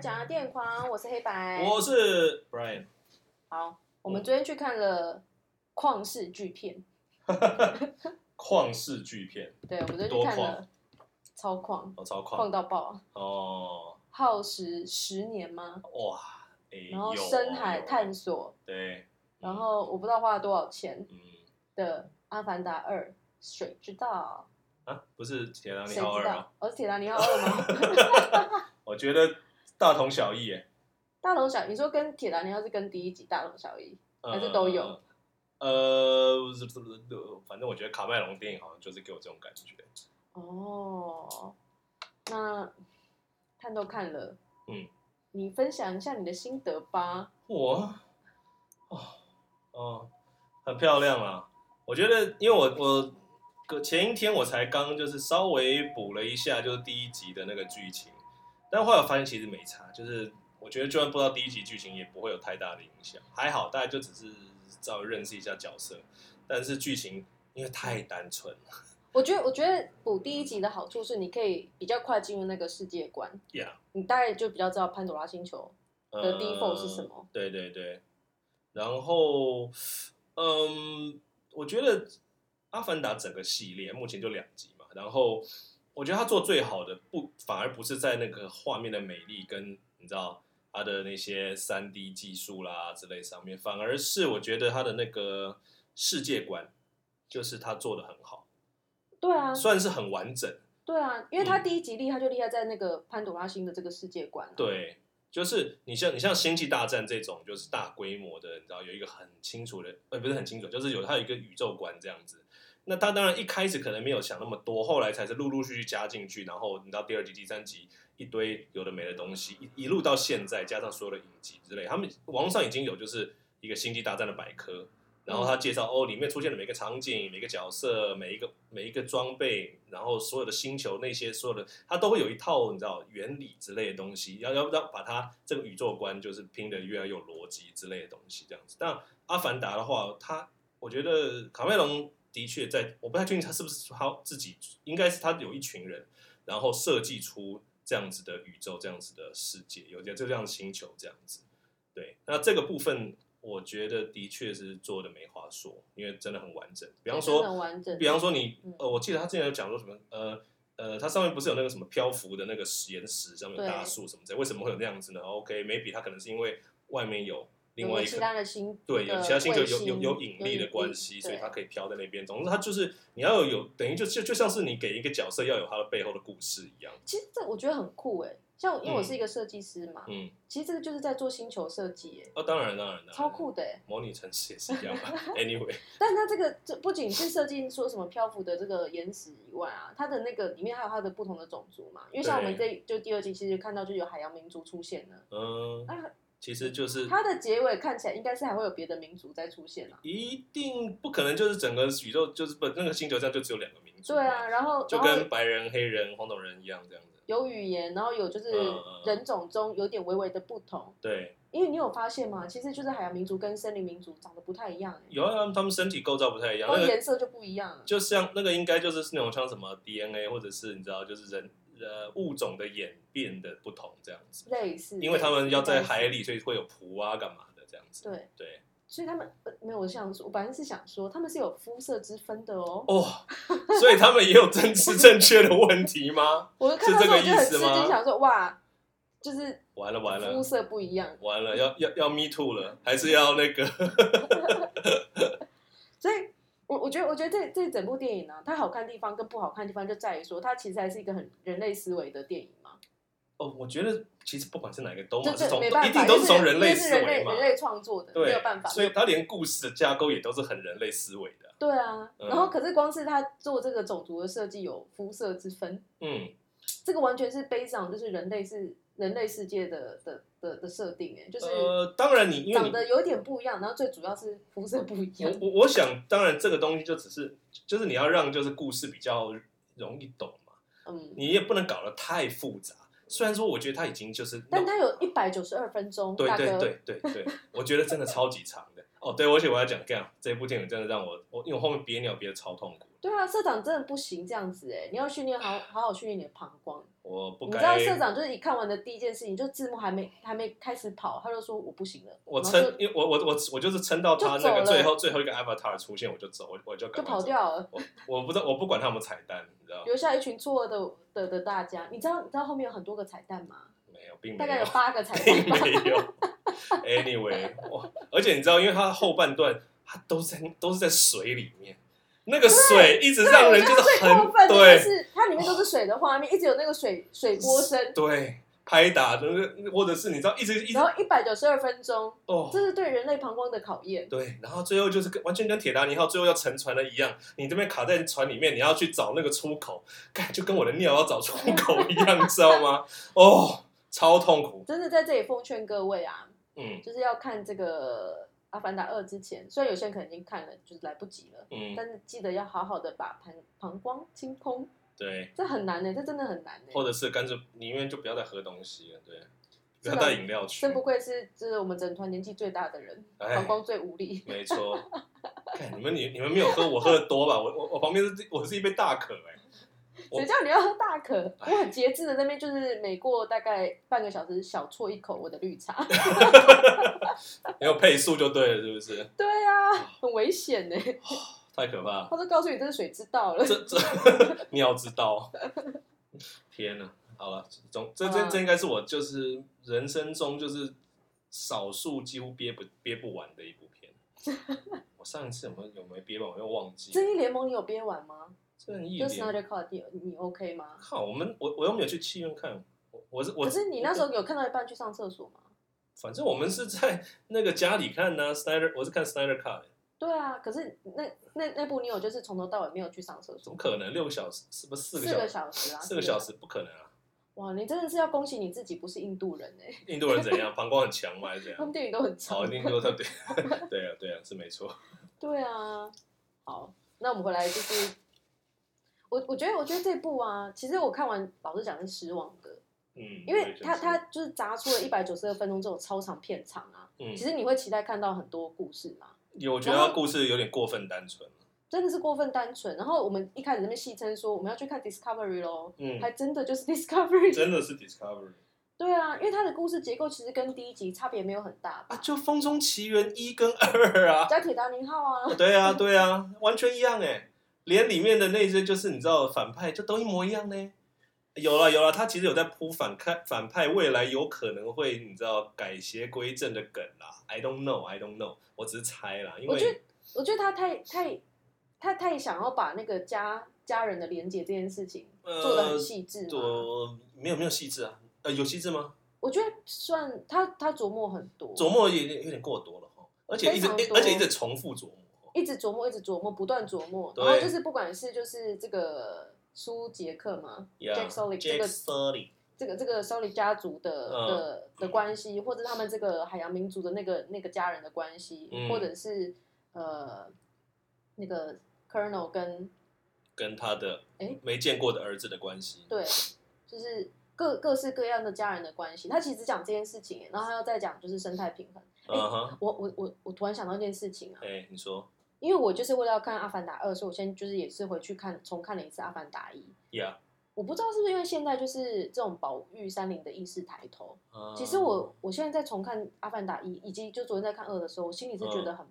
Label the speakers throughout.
Speaker 1: 讲啊，电狂，我是黑白。
Speaker 2: 我是 Brian，
Speaker 1: 好，我们昨天去看了旷世巨片，
Speaker 2: 旷世巨片，
Speaker 1: 对，我们昨天去看
Speaker 2: 多
Speaker 1: 了超旷，
Speaker 2: 我、超
Speaker 1: 旷
Speaker 2: 旷
Speaker 1: 到爆啊，
Speaker 2: 哦，
Speaker 1: 耗时十年吗？
Speaker 2: 哇，哎、
Speaker 1: 然后
Speaker 2: 有
Speaker 1: 深海
Speaker 2: 有啊
Speaker 1: 探索，
Speaker 2: 对，
Speaker 1: 然后我不知道花了多少钱
Speaker 2: 嗯
Speaker 1: 的《阿凡达二》，谁知道？
Speaker 2: 啊，不是铁达尼
Speaker 1: 谁
Speaker 2: 号
Speaker 1: 知
Speaker 2: 二啊，
Speaker 1: 道？哦我是铁达尼号二 吗？
Speaker 2: 我觉得大同小异耶，
Speaker 1: 大同小，你说跟铁达尼号是跟第一集大同小异？
Speaker 2: 呃
Speaker 1: 还是都有。
Speaker 2: 呃，是不是反正我觉得卡麦隆电影好像就是给我这种感觉。
Speaker 1: 哦，那看都看了，
Speaker 2: 嗯，
Speaker 1: 你分享一下你的心得吧。
Speaker 2: 我，哦，哦，很漂亮啊！我觉得，因为我我隔前一天我才刚就是稍微补了一下，就是第一集的那个剧情，但后来我发现其实没差，就是我觉得就算不知道第一集剧情也不会有太大的影响，还好大家就只是稍微认识一下角色，但是剧情因为太单纯了
Speaker 1: 我觉得，我觉得补第一集的好处是，你可以比较快进入那个世界观，
Speaker 2: ，Yeah，
Speaker 1: 你大概就比较知道潘多拉星球的
Speaker 2: 呃
Speaker 1: default 是什么。
Speaker 2: 对对对，然后，嗯，我觉得《阿凡达》整个系列目前就两集嘛，然后我觉得他做最好的不反而不是在那个画面的美丽跟你知道它的那些三 D 技术啦之类上面，反而是我觉得他的那个世界观，就是他做的很好，
Speaker 1: 对啊，
Speaker 2: 算是很完整。
Speaker 1: 对啊，因为它
Speaker 2: 嗯
Speaker 1: 第一集厉害就厉害在那个潘多拉星的这个世界观、啊。，
Speaker 2: 对，就是你像你像《星际大战》这种，就是大规模的，你知道有一个很清楚的，呃，不是很清楚，就是有它有一个宇宙观这样子。那他当然一开始可能没有想那么多，后来才是陆陆续续加进去，然后你到第二集、第三集一堆有的没的东西，一一路到现在，加上所有的影集之类，他们网上已经有就是一个《星际大战》的百科，然后他介绍哦，里面出现的每个场景、每个角色、每一个每一个装备，然后所有的星球那些所有的，它都会有一套你知道原理之类的东西，要要要把它这个宇宙观就是拼的越来越有逻辑之类的东西这样子。但《阿凡达》的话，它我觉得卡梅隆的确在，我不太确定他是不是他自己，应该是他有一群人，然后设计出这样子的宇宙、这样子的世界，有这这样的星球这样子。对，那这个部分我觉得的确是做的没话说，因为真的很完整。比方说，
Speaker 1: 很完整。
Speaker 2: 比方说你
Speaker 1: 嗯
Speaker 2: 呃，我记得他之前有讲说什么呃呃，它上面不是有那个什么漂浮的那个实岩石，上面有
Speaker 1: 对
Speaker 2: 大树什么之类，为什么会有那样子呢？OK，maybe、它可能是因为外面有
Speaker 1: 有
Speaker 2: 另外
Speaker 1: 没有
Speaker 2: 一
Speaker 1: 其
Speaker 2: 颗
Speaker 1: 他的星
Speaker 2: 对，有
Speaker 1: 的
Speaker 2: 其他星球
Speaker 1: 卫
Speaker 2: 有有有
Speaker 1: 星
Speaker 2: 引力的关系，
Speaker 1: 对
Speaker 2: 所以它可以飘在那边。总之，它就是你要有等于就就就像是你给一个角色要有它的背后的故事一样。
Speaker 1: 其实这我觉得很酷哎，像因为我是一个设计师嘛，
Speaker 2: 嗯，
Speaker 1: 其实这个就是在做星球设计哎，
Speaker 2: 哦，当然当然，当然
Speaker 1: 超。酷的哎。
Speaker 2: 模拟城市也是一样 嘛，anyway，
Speaker 1: 但它这个这不仅是设计说什么漂浮的这个岩石以外啊，它的那个里面还有它的不同的种族嘛，因为像我们这就第二季其实看到就有海洋民族出现了，
Speaker 2: 嗯
Speaker 1: 啊，
Speaker 2: 其实就是
Speaker 1: 它的结尾看起来应该是还会有别的民族在出现啊。
Speaker 2: 一定不可能就是整个宇宙就是不那个星球上就只有两个民族，
Speaker 1: 对啊，，然后
Speaker 2: 就
Speaker 1: 然后
Speaker 2: 跟白人、黑人、黄种人一样这样子。
Speaker 1: 有语言，然后有就是
Speaker 2: 嗯嗯嗯
Speaker 1: 人种中有点微微的不同，
Speaker 2: 对，
Speaker 1: 因为你有发现吗？其实就是海洋民族跟森林民族长得不太一样哎。
Speaker 2: 有啊，他们身体构造不太一样，那
Speaker 1: 光
Speaker 2: 个
Speaker 1: 哦颜色就不一样了。
Speaker 2: 就像那个应该就是那种像什么 DNA 或者是你知道就是人呃物种的演变的不同这样子，
Speaker 1: 类似，
Speaker 2: 因为他们要在海
Speaker 1: 类
Speaker 2: 里，所以会有蹼啊干嘛的这样
Speaker 1: 似。
Speaker 2: 子。
Speaker 1: 对，
Speaker 2: 对，
Speaker 1: 所以他们、呃、没有我想说，我本来是想说他们是有肤色之分的哦。
Speaker 2: 哦，所以他们也有政治正确的问题吗？
Speaker 1: 我看到
Speaker 2: 是
Speaker 1: 之
Speaker 2: 这
Speaker 1: 后
Speaker 2: 个
Speaker 1: 我就很
Speaker 2: 意
Speaker 1: 吃
Speaker 2: 思吗
Speaker 1: 惊，想说哇，就是
Speaker 2: 完了完
Speaker 1: 肤
Speaker 2: 了
Speaker 1: 色不一样。
Speaker 2: 完了，要要要 me too 了，还是要那个
Speaker 1: 所以我我觉得，我觉得这这整部电影呢、它好看的地方跟不好看的地方就在于说，它其实还是一个很人类思维的电影嘛。
Speaker 2: 哦？我觉得其实不管是哪个都嘛
Speaker 1: 这
Speaker 2: 哦是
Speaker 1: 这
Speaker 2: 从
Speaker 1: 没办法，
Speaker 2: 一定都
Speaker 1: 就是
Speaker 2: 从人类
Speaker 1: 就是
Speaker 2: 思
Speaker 1: 人
Speaker 2: 维
Speaker 1: 类
Speaker 2: 嘛
Speaker 1: 人，类创作的，
Speaker 2: 对，
Speaker 1: 没有办法。
Speaker 2: 所以他连故事的架构也都是很人类思维的。
Speaker 1: 对啊，
Speaker 2: 嗯
Speaker 1: 然后可是光是他做这个种族的设计有肤色之分，
Speaker 2: 嗯，
Speaker 1: 这个完全是悲伤，就是人类是人类世界的的的的设定，哎，就是
Speaker 2: 呃，当然你因为
Speaker 1: 长
Speaker 2: 你
Speaker 1: 得有点不一样，然后最主要是肤色不一样
Speaker 2: 我。我我想，当然这个东西就只是，就是你要让就是故事比较容易懂嘛，
Speaker 1: 嗯，
Speaker 2: 你也不能搞得太复杂。虽然说我觉得它已经就是，
Speaker 1: 但它有一百九十二分钟，
Speaker 2: 对
Speaker 1: 大
Speaker 2: 对
Speaker 1: 哥，
Speaker 2: 对对对，我觉得真的超级长的。哦，对，而且我要讲这样，这部电影真的让我我因为我后面憋尿憋的超痛苦，
Speaker 1: 欸对啊，社长真的不行这样子，哎，你要训练好好好训练你的膀胱，
Speaker 2: 我不
Speaker 1: 你知道
Speaker 2: 该，
Speaker 1: 社长就是一看完的第一件事情，就字幕还没还没开始跑，他就说我不行了，
Speaker 2: 我
Speaker 1: 然后
Speaker 2: 撑，因为我我我我就是撑到
Speaker 1: 就
Speaker 2: 他那
Speaker 1: 走
Speaker 2: 个
Speaker 1: 了
Speaker 2: 最后最后一个 Avatar 出现，我就走，我我就
Speaker 1: 就就
Speaker 2: 赶快
Speaker 1: 跑
Speaker 2: 走。
Speaker 1: 掉了，
Speaker 2: 我我不知道，我不管他有没有彩蛋，你知道
Speaker 1: 留下一群错愕的的的大家。你知道你知道后面有很多个彩蛋吗？
Speaker 2: 没有，并没
Speaker 1: 大概有
Speaker 2: 有，
Speaker 1: 八个彩蛋
Speaker 2: 并
Speaker 1: 吧。
Speaker 2: 没有。anyway，哇！而且你知道，因为他后半段他都在都是在水里面，那个水一直 让人就是
Speaker 1: 最过
Speaker 2: 很
Speaker 1: 分的就
Speaker 2: 对
Speaker 1: 是它里面都是水的画面，一直有那个水水波声，
Speaker 2: 对拍打，就是或者是你知道一直一直
Speaker 1: 然后一百九十二分钟，
Speaker 2: 哦
Speaker 1: 这。是对人类膀胱的考验。
Speaker 2: 对，然后最后就是跟完全跟铁达尼号最后要沉船的一样，你这边卡在船里面，你要去找那个出口，干就跟我的尿要找出口一样，你知道吗？哦，超痛苦。
Speaker 1: 真的在这里奉劝各位啊，
Speaker 2: 嗯
Speaker 1: 就是要看这个《阿凡达二》之前，虽然有些人可能已经看了，就是来不及了，
Speaker 2: 嗯，
Speaker 1: 但是记得要好好的把膀膀胱清空，
Speaker 2: 对，
Speaker 1: 这很难呢、欸这真的很难呢、
Speaker 2: 或者是干脆宁愿就不要再喝东西了，对，不
Speaker 1: 真
Speaker 2: 要
Speaker 1: 的
Speaker 2: 带饮料去
Speaker 1: 真。不愧是就是我们整团年纪最大的人，
Speaker 2: 哎
Speaker 1: 膀胱最无力。
Speaker 2: 没错，看你们你你们没有喝，我喝的多吧？我我我旁边是我是一杯大可哎、我
Speaker 1: 谁叫你要喝大可？我
Speaker 2: 哎
Speaker 1: 很节制的，那边就是每过大概半个小时小啜一口我的绿茶。
Speaker 2: 没有配速就对了，是不是？
Speaker 1: 对啊，很危险呢。
Speaker 2: 太可怕了，
Speaker 1: 他都告诉你这是水之道了。
Speaker 2: 这这 尿知道，天哪！好了，总这这
Speaker 1: 嗯
Speaker 2: 这应该是我就是人生中就是少数几乎憋不憋不完的一 部片。我上一次有没有有没有憋完，我又忘记了。
Speaker 1: 正义联盟你有编完吗？
Speaker 2: 正义
Speaker 1: 就
Speaker 2: 联
Speaker 1: Snyder Cut 你你 OK 吗？
Speaker 2: 靠，我们我我又没有去戏院看，我我是我
Speaker 1: 可是你那时候有看到一半去上厕所吗？
Speaker 2: 反正我们是在 那个家里看呢、s n y d e r 我是看 Snyder Cut，
Speaker 1: 对啊，可是那那那部你有就是从头到尾没有去上厕
Speaker 2: 怎
Speaker 1: 所
Speaker 2: 么，可能六个小时？是不是四
Speaker 1: 四
Speaker 2: 个
Speaker 1: 个
Speaker 2: 小
Speaker 1: 小时啊，
Speaker 2: 四个小。时不可能啊！
Speaker 1: 哇，你真的是要恭喜你自己不是印度人哎、
Speaker 2: 印度人怎样？膀胱很强吗？还是怎
Speaker 1: 他们
Speaker 2: 样？
Speaker 1: 电影都很
Speaker 2: 好，
Speaker 1: 长。
Speaker 2: 印度特别， 对啊，对啊，是没错。
Speaker 1: 对啊，好，那我们回来就是，我我觉得我觉得这部啊，其实我看完老实讲是失望的，
Speaker 2: 嗯，
Speaker 1: 因
Speaker 2: 我
Speaker 1: 为
Speaker 2: 也觉得
Speaker 1: 他
Speaker 2: 是
Speaker 1: 他就是砸出了一百九十二分钟这种超长片长啊，
Speaker 2: 嗯
Speaker 1: 其，实你会期待看到很多故事嘛，
Speaker 2: 有我觉得
Speaker 1: 然后
Speaker 2: 他故事有点过分单纯。
Speaker 1: 真的是过分单纯。然后我们一开始那边戏称说我们要去看 Discovery 咯，
Speaker 2: 嗯，
Speaker 1: 还真的就是 Discovery。
Speaker 2: 真的 是 Discovery
Speaker 1: 对啊，因为它的故事结构其实跟第一集差别没有很大
Speaker 2: 啊，
Speaker 1: 吧，
Speaker 2: 就《风中奇缘》一跟二啊，
Speaker 1: 加铁达尼号 啊，
Speaker 2: 对啊，对啊，完全一样哎，连里面的那些就是你知道反派就都一模一样呢。有了有了，他其实有在铺反开反派未来有可能会你知道改邪归正的梗啦。I don't know, I don't know，我只是猜啦，因
Speaker 1: 我觉得
Speaker 2: 为
Speaker 1: 我觉得他太太他太想要把那个家家人的连结这件事情
Speaker 2: 呃
Speaker 1: 做的很细致嘛。
Speaker 2: 我没有没有细致啊，呃有细致吗？
Speaker 1: 我觉得算他他琢磨很多，
Speaker 2: 琢磨有点有点过多了哈，而且一直
Speaker 1: 非常多
Speaker 2: 而且一直重复琢磨。
Speaker 1: 一直琢磨，一直琢磨，不断琢磨。
Speaker 2: 对
Speaker 1: 然后就是不管是就是这个苏杰克嘛
Speaker 2: Yeah,
Speaker 1: Jack Sully 这
Speaker 2: Jack
Speaker 1: 个
Speaker 2: Sully，
Speaker 1: 这个这个 Sully 家族的、
Speaker 2: 嗯
Speaker 1: 的的关系，或者他们这个海洋民族的那个那个家人的关系，
Speaker 2: 嗯
Speaker 1: 或者是呃那个 Colonel 跟
Speaker 2: 跟他的
Speaker 1: 诶
Speaker 2: 没见过的儿子的关系，
Speaker 1: 对，就是各各式各样的家人的关系。他其实讲这件事情，然后他又再讲就是生态平衡。
Speaker 2: 嗯哼，
Speaker 1: 我我我我突然想到一件事情啊，
Speaker 2: 哎，你说
Speaker 1: 因为我就是为了要看《阿凡达二》，所以我先就是也是回去看重看了一次《阿凡达一》。
Speaker 2: ，Yeah，
Speaker 1: 我不知道是不是因为现在就是这种保育山林的意识抬头。
Speaker 2: 嗯
Speaker 1: 其实我我现在在重看《阿凡达一》，以及就昨天在看二的时候，我心里是觉得很、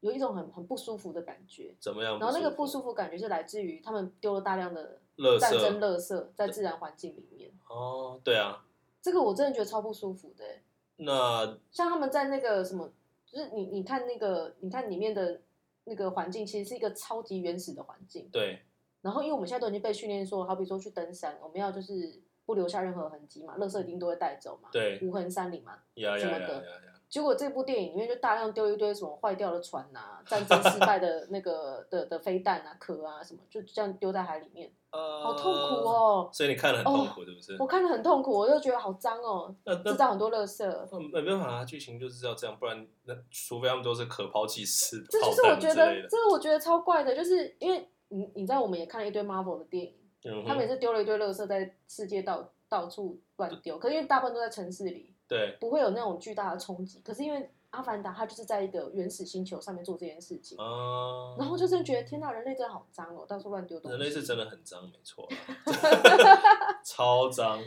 Speaker 1: 有一种很很不舒服的感觉。
Speaker 2: 怎么样？
Speaker 1: 然后那个不
Speaker 2: 不
Speaker 1: 舒服感觉是来自于他们丢了大量的
Speaker 2: 乐
Speaker 1: 战争
Speaker 2: 色
Speaker 1: 垃圾在自然环境里面，
Speaker 2: 哦，对啊，
Speaker 1: 这个我真的觉得超不舒服的欸、
Speaker 2: 那
Speaker 1: 像他们在那个什么，就是你你看那个你看里面的那个环境，其实是一个超级原始的环境。
Speaker 2: 对，
Speaker 1: 然后因为我们现在都已经被训练说，好比说去登山，我们要就是不留下任何痕迹嘛，垃圾一定都会带走嘛，
Speaker 2: 对
Speaker 1: 无痕山林嘛。
Speaker 2: 呀
Speaker 1: 什
Speaker 2: 呀
Speaker 1: 么
Speaker 2: 呀
Speaker 1: 的
Speaker 2: 呀呀，
Speaker 1: 结果这部电影里面就大量丢一堆什么坏掉的船啊、战争失败的那个的的飞弹啊、壳啊什么，就这样丢在海里面，
Speaker 2: 呃，
Speaker 1: 好痛苦。哦！
Speaker 2: 所以你看了很痛苦，是不是
Speaker 1: 我？看得很痛苦，我就觉得好脏哦，
Speaker 2: 那
Speaker 1: 制
Speaker 2: 那
Speaker 1: 造很多垃圾。
Speaker 2: 那没办法啊，剧情就是要这样，不然那除非他们都是可抛弃式的
Speaker 1: 这就
Speaker 2: 炮
Speaker 1: 是我
Speaker 2: 弹之
Speaker 1: 觉
Speaker 2: 类
Speaker 1: 得，
Speaker 2: 的，
Speaker 1: 这是我觉得超怪的，就是因为你你知道，我们也看了一堆 Marvel 的电影，
Speaker 2: 嗯
Speaker 1: 他们也
Speaker 2: 哼，
Speaker 1: 是丢了一堆垃圾在世界到到处乱丢，可是因为大部分都在城市里，
Speaker 2: 对
Speaker 1: 不会有那种巨大的冲击。可是因为阿凡达他就是在一个原始星球上面做这件事情，
Speaker 2: 啊，
Speaker 1: 然后就是觉得天呐，人类真的好脏哦，到处乱丢东西。
Speaker 2: 人类是真的很脏，没错啦， 超脏，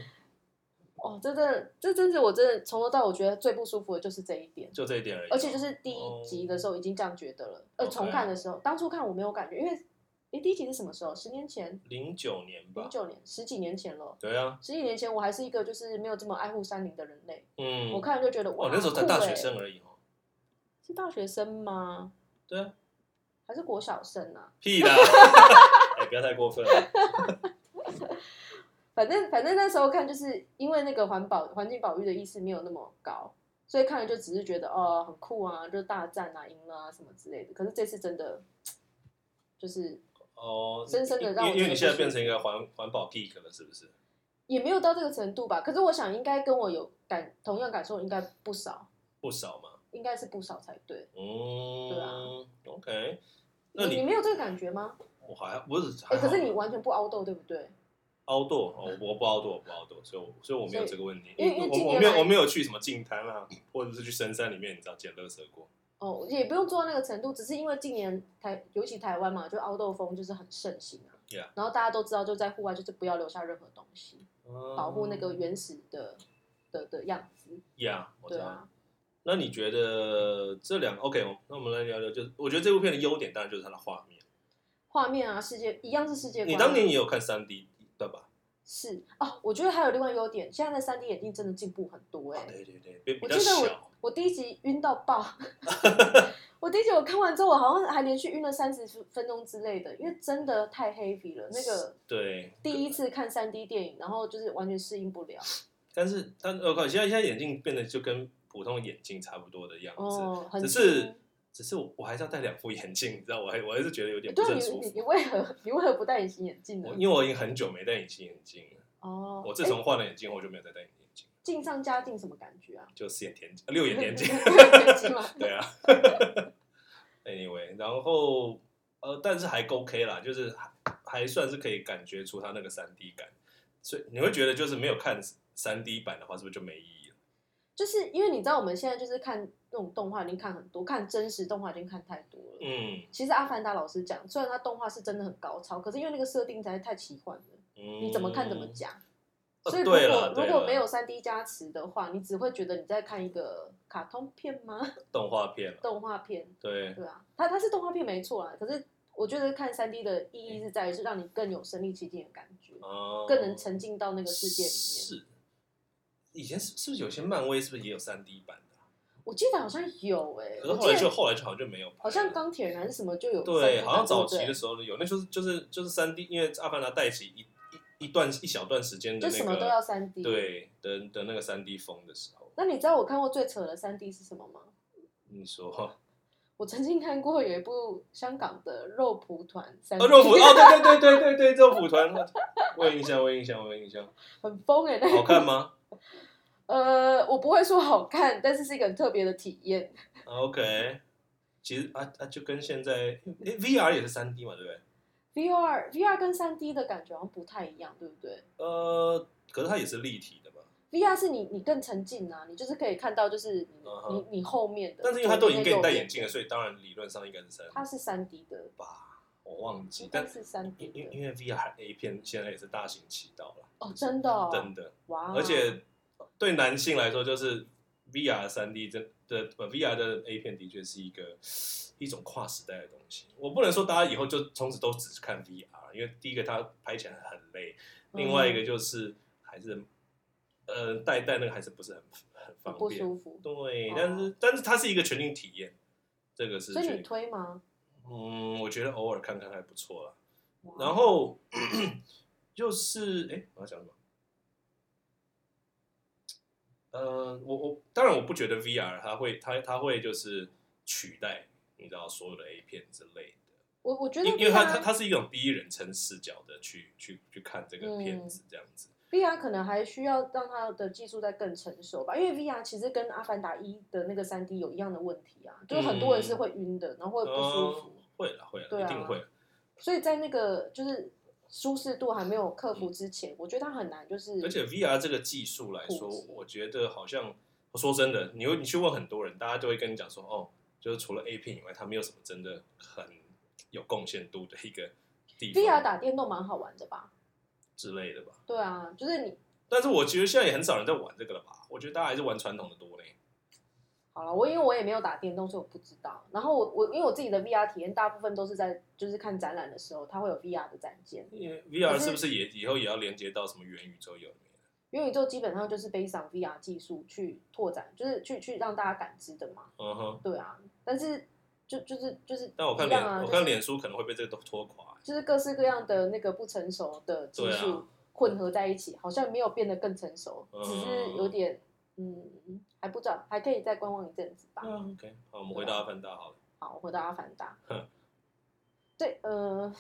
Speaker 1: 哦，这真的，这真是我真的从头到尾觉得最不舒服的就是这一点，
Speaker 2: 就这一点而已。哦
Speaker 1: 而且就是第一集的时候已经这样觉得了，呃，
Speaker 2: OK
Speaker 1: 重看的时候，当初看我没有感觉，因为诶第一集是什么时候？十年前，
Speaker 2: 零九年吧
Speaker 1: 零，九年，十几年前了。
Speaker 2: 对啊，
Speaker 1: 十几年前我还是一个就是没有这么爱护山林的人类，
Speaker 2: 嗯，
Speaker 1: 我看了就觉得哇，
Speaker 2: 哦，那时候才大
Speaker 1: 酷欸
Speaker 2: 学，生而已哦，
Speaker 1: 是大学生吗？
Speaker 2: 对啊，
Speaker 1: 还是国小生啊？
Speaker 2: 屁 啦，哎，不要太过分了，
Speaker 1: 反正反正那时候看，就是因为那个环保环境保育的意识没有那么高，所以看了就只是觉得哦很酷啊，就是大战啊、赢了啊什么之类的。可是这次真的就是
Speaker 2: 哦，
Speaker 1: 深深地
Speaker 2: 因
Speaker 1: 让我
Speaker 2: 因为
Speaker 1: 觉
Speaker 2: 你现
Speaker 1: 得
Speaker 2: 在变成一个环环保 geek 了，是不是？
Speaker 1: 也没有到这个程度吧。可是我想应该跟我有感同样感受，应该不少，
Speaker 2: 不少嘛，
Speaker 1: 应该是不少才对。
Speaker 2: 嗯，
Speaker 1: 对啊
Speaker 2: ，OK，那
Speaker 1: 你
Speaker 2: 你
Speaker 1: 没有这个感觉吗？
Speaker 2: 我好像不是，
Speaker 1: 哎、
Speaker 2: 还好
Speaker 1: 可是你完全不凹豆，对不对？
Speaker 2: 凹豆哦，我我不凹豆，我不凹豆，所以我所以我没有这个问题，
Speaker 1: 因为因为
Speaker 2: 我
Speaker 1: 近
Speaker 2: 我
Speaker 1: 年
Speaker 2: 没有
Speaker 1: 来
Speaker 2: 我没有去什么净滩啊，或者是去深山里面，你知道捡垃圾过，
Speaker 1: 哦，也不用做到那个程度，只是因为近年台，尤其台湾嘛，就凹豆风就是很盛行啊。
Speaker 2: Yeah
Speaker 1: 然后大家都知道，就在户外就是不要留下任何东西。保护那个
Speaker 2: 原
Speaker 1: 原始的的的样子，
Speaker 2: 呀，哦嗯我知
Speaker 1: 对
Speaker 2: 道。
Speaker 1: 啊，
Speaker 2: 那你觉得这两个 OK？我那我们来聊聊，就是我觉得这部片的优点当然就是它的画面。
Speaker 1: 画面啊，世界一样是世界观。啊
Speaker 2: 你当年也有看三 D 对吧？
Speaker 1: 是哦，我觉得还有另外一个优点，现在的三 D 眼镜真的进步很多哎、
Speaker 2: 啊对对对，比比
Speaker 1: 我
Speaker 2: 较
Speaker 1: 记得我
Speaker 2: 小，
Speaker 1: 我第一集晕到爆， 我第一集我看完之后，我好像还连续晕了三十分钟之类的，因为真的太 heavy 了。那个
Speaker 2: 对。
Speaker 1: 第一次看三 D 电影，然后就是完全适应不了。
Speaker 2: 但是但我靠，现在现在眼镜变得就跟普通眼镜差不多的样子，
Speaker 1: 哦，很
Speaker 2: 只
Speaker 1: 轻
Speaker 2: 是只是我我还是要戴两副眼镜，你知道，我还我还是觉得有点不
Speaker 1: 对
Speaker 2: 是
Speaker 1: 啊
Speaker 2: 很
Speaker 1: 你
Speaker 2: 舒
Speaker 1: 你你
Speaker 2: 服。
Speaker 1: 为何 你为何不戴隐形眼镜呢
Speaker 2: 我？因为我已经很久没戴隐形眼镜了，
Speaker 1: 哦，
Speaker 2: 我自
Speaker 1: 哎
Speaker 2: 从换了眼镜后我就没有再戴眼镜，
Speaker 1: 镜上加镜什么感觉啊？
Speaker 2: 就四眼田呃六 眼田镜。
Speaker 1: 眼镜吗？
Speaker 2: 对啊。anyway，然后呃，但是还 OK 啦，就是还还算是可以感觉出它那个三 D 感，所以你会觉得就是没有看三 D 版的话，是不是就没意义了？
Speaker 1: 就是因为你知道我们现在就是看那种动画已经看很多，看真实动画已经看太多了。
Speaker 2: 嗯
Speaker 1: 其实《阿凡达》老师讲，虽然它动画是真的很高超，可是因为那个设定实在太奇幻了，
Speaker 2: 嗯，
Speaker 1: 你怎么看怎么假。
Speaker 2: 呃
Speaker 1: 所以如
Speaker 2: 对了
Speaker 1: 果
Speaker 2: 对
Speaker 1: 如果
Speaker 2: 了
Speaker 1: 没有三 D 加持的话，你只会觉得你在看一个卡通片吗？
Speaker 2: 动画片了？
Speaker 1: 动画片，
Speaker 2: 对，
Speaker 1: 对啊，它它是动画片没错啊，可是我觉得看三 D 的意义是在于是让你更有身临其境的感觉，
Speaker 2: 哦、
Speaker 1: 更能沉浸到那个世界里面。
Speaker 2: 是，以前是是不是有些漫威是不是也有三 D 版的啊、
Speaker 1: 我记得好像有哎、
Speaker 2: 可是
Speaker 1: 我
Speaker 2: 后来
Speaker 1: 记得
Speaker 2: 就后来就好像就没有拍了，
Speaker 1: 好像钢铁人还是什么就有三
Speaker 2: 对，
Speaker 1: D
Speaker 2: 好像
Speaker 1: 版
Speaker 2: 早
Speaker 1: 对不
Speaker 2: 期
Speaker 1: 对
Speaker 2: 的时候有，那就是就是就是三 D，因为阿凡达带起一一一段一小段时间的
Speaker 1: 就
Speaker 2: 那个
Speaker 1: 什么都要三 D。，
Speaker 2: 对的的那个三 D 风的时候，
Speaker 1: 那你知道我看过最扯的三 D 是什么吗？
Speaker 2: 你 说
Speaker 1: 我曾经看过有一部香港的肉蒲团三 D，、
Speaker 2: 哦肉蒲哦对对对对对对肉蒲团，我有印象我有印象我有印象，
Speaker 1: 很疯哎、那
Speaker 2: 好看吗
Speaker 1: 呃，我不会说好看，但是是一个很特别的体验。
Speaker 2: 啊？OK，其实啊啊就跟现在诶 VR 也是三 D 嘛，对不对？
Speaker 1: VR VR 跟三 D 的感觉好像不太一样，对不对
Speaker 2: 呃，可是它也是立体的嘛，
Speaker 1: ？VR 是你你更沉浸啊，你就是可以看到就是你、
Speaker 2: 嗯哼
Speaker 1: 你你后面的，
Speaker 2: 但是因为它都已经给你戴眼
Speaker 1: 镜，
Speaker 2: 镜了，所以当然理论上应该是三
Speaker 1: 它
Speaker 2: D
Speaker 1: 是三 D 的，
Speaker 2: 吧，我忘记
Speaker 1: 应，该
Speaker 2: 但
Speaker 1: 是三 D
Speaker 2: 因因
Speaker 1: 的
Speaker 2: 因为 VR A 片现在也是大行其道了，
Speaker 1: 哦，真的、哦，
Speaker 2: 真的。
Speaker 1: 哇，
Speaker 2: 而且对男性来说，就是 VR 三 D 真的呃 VR 的 A 片的确是一个一种跨时代的东西。我不能说大家以后就从此都只是看 VR，因为第一个它拍起来很累，
Speaker 1: 嗯
Speaker 2: 另外一个就是还是呃戴戴那个还是不是很很
Speaker 1: 很
Speaker 2: 方
Speaker 1: 不
Speaker 2: 便。
Speaker 1: 舒服，
Speaker 2: 对
Speaker 1: 哦，
Speaker 2: 但是但是它是一个全新体验，这个是
Speaker 1: 所以
Speaker 2: 确
Speaker 1: 你
Speaker 2: 定
Speaker 1: 推吗？
Speaker 2: 嗯，我觉得偶尔看看还不错啦。
Speaker 1: 哇
Speaker 2: 然后 就是哎，我要讲什么？呃，我我当然我不觉得 VR 它会它它会就是取代你知道所有的 A 片之类的，
Speaker 1: 我我觉得
Speaker 2: 因因为它
Speaker 1: VR
Speaker 2: 它它是一种第一人称视角的去去去看这个
Speaker 1: 嗯
Speaker 2: 片子这样子。
Speaker 1: VR 可能还需要让它的技术再更成熟吧，因为 VR 其实跟《阿凡达一》的那个三 D 有一样的问题啊，就是很多人是会晕的，然后会不舒服，
Speaker 2: 嗯会了会
Speaker 1: 对
Speaker 2: 了，
Speaker 1: 啊
Speaker 2: 一定会。
Speaker 1: 所以在那个就是舒适度还没有克服之前，我觉得它很难，就是
Speaker 2: 而且 VR 这个技术来说
Speaker 1: 普及，
Speaker 2: 我觉得好像我说真的，你会你去问很多人，大家都会跟你讲说，哦，就是除了 A 片以外，它没有什么真的很有贡献度的一个地
Speaker 1: VR
Speaker 2: 方
Speaker 1: 打电动蛮好玩的吧？
Speaker 2: 之类的吧。
Speaker 1: 对啊，就是你
Speaker 2: 但是我觉得现在也很少人在玩这个了吧？我觉得大家还是玩传统的多嘞。
Speaker 1: 好了，我因为我也没有打电动，所以我不知道。然后我我因为我自己的 VR 体验大部分都是在就是看展览的时候，它会有 VR 的展间。
Speaker 2: 因为 VR
Speaker 1: 可是
Speaker 2: 是不是也以后也要连接到什么元宇宙有里面？
Speaker 1: 元宇宙基本上就是背上 VR 技术去拓展，就是去去让大家感知的嘛。
Speaker 2: 嗯哼。
Speaker 1: 对啊，但是就就是就是
Speaker 2: 但我看
Speaker 1: 一
Speaker 2: 脸，
Speaker 1: 样啊，
Speaker 2: 我
Speaker 1: 就是
Speaker 2: 看脸书可能会被这个都拖垮、
Speaker 1: 就是各式各样的那个不成熟的技
Speaker 2: 对
Speaker 1: 术
Speaker 2: 啊
Speaker 1: 混合在一起，好像没有变得更成熟，
Speaker 2: 嗯
Speaker 1: 只是有点嗯还不知道，还可以再观望一阵子吧。
Speaker 2: 嗯，OK，好，我们回到阿凡达好了。
Speaker 1: 好，回到阿凡达
Speaker 2: 哼。
Speaker 1: 对，呃，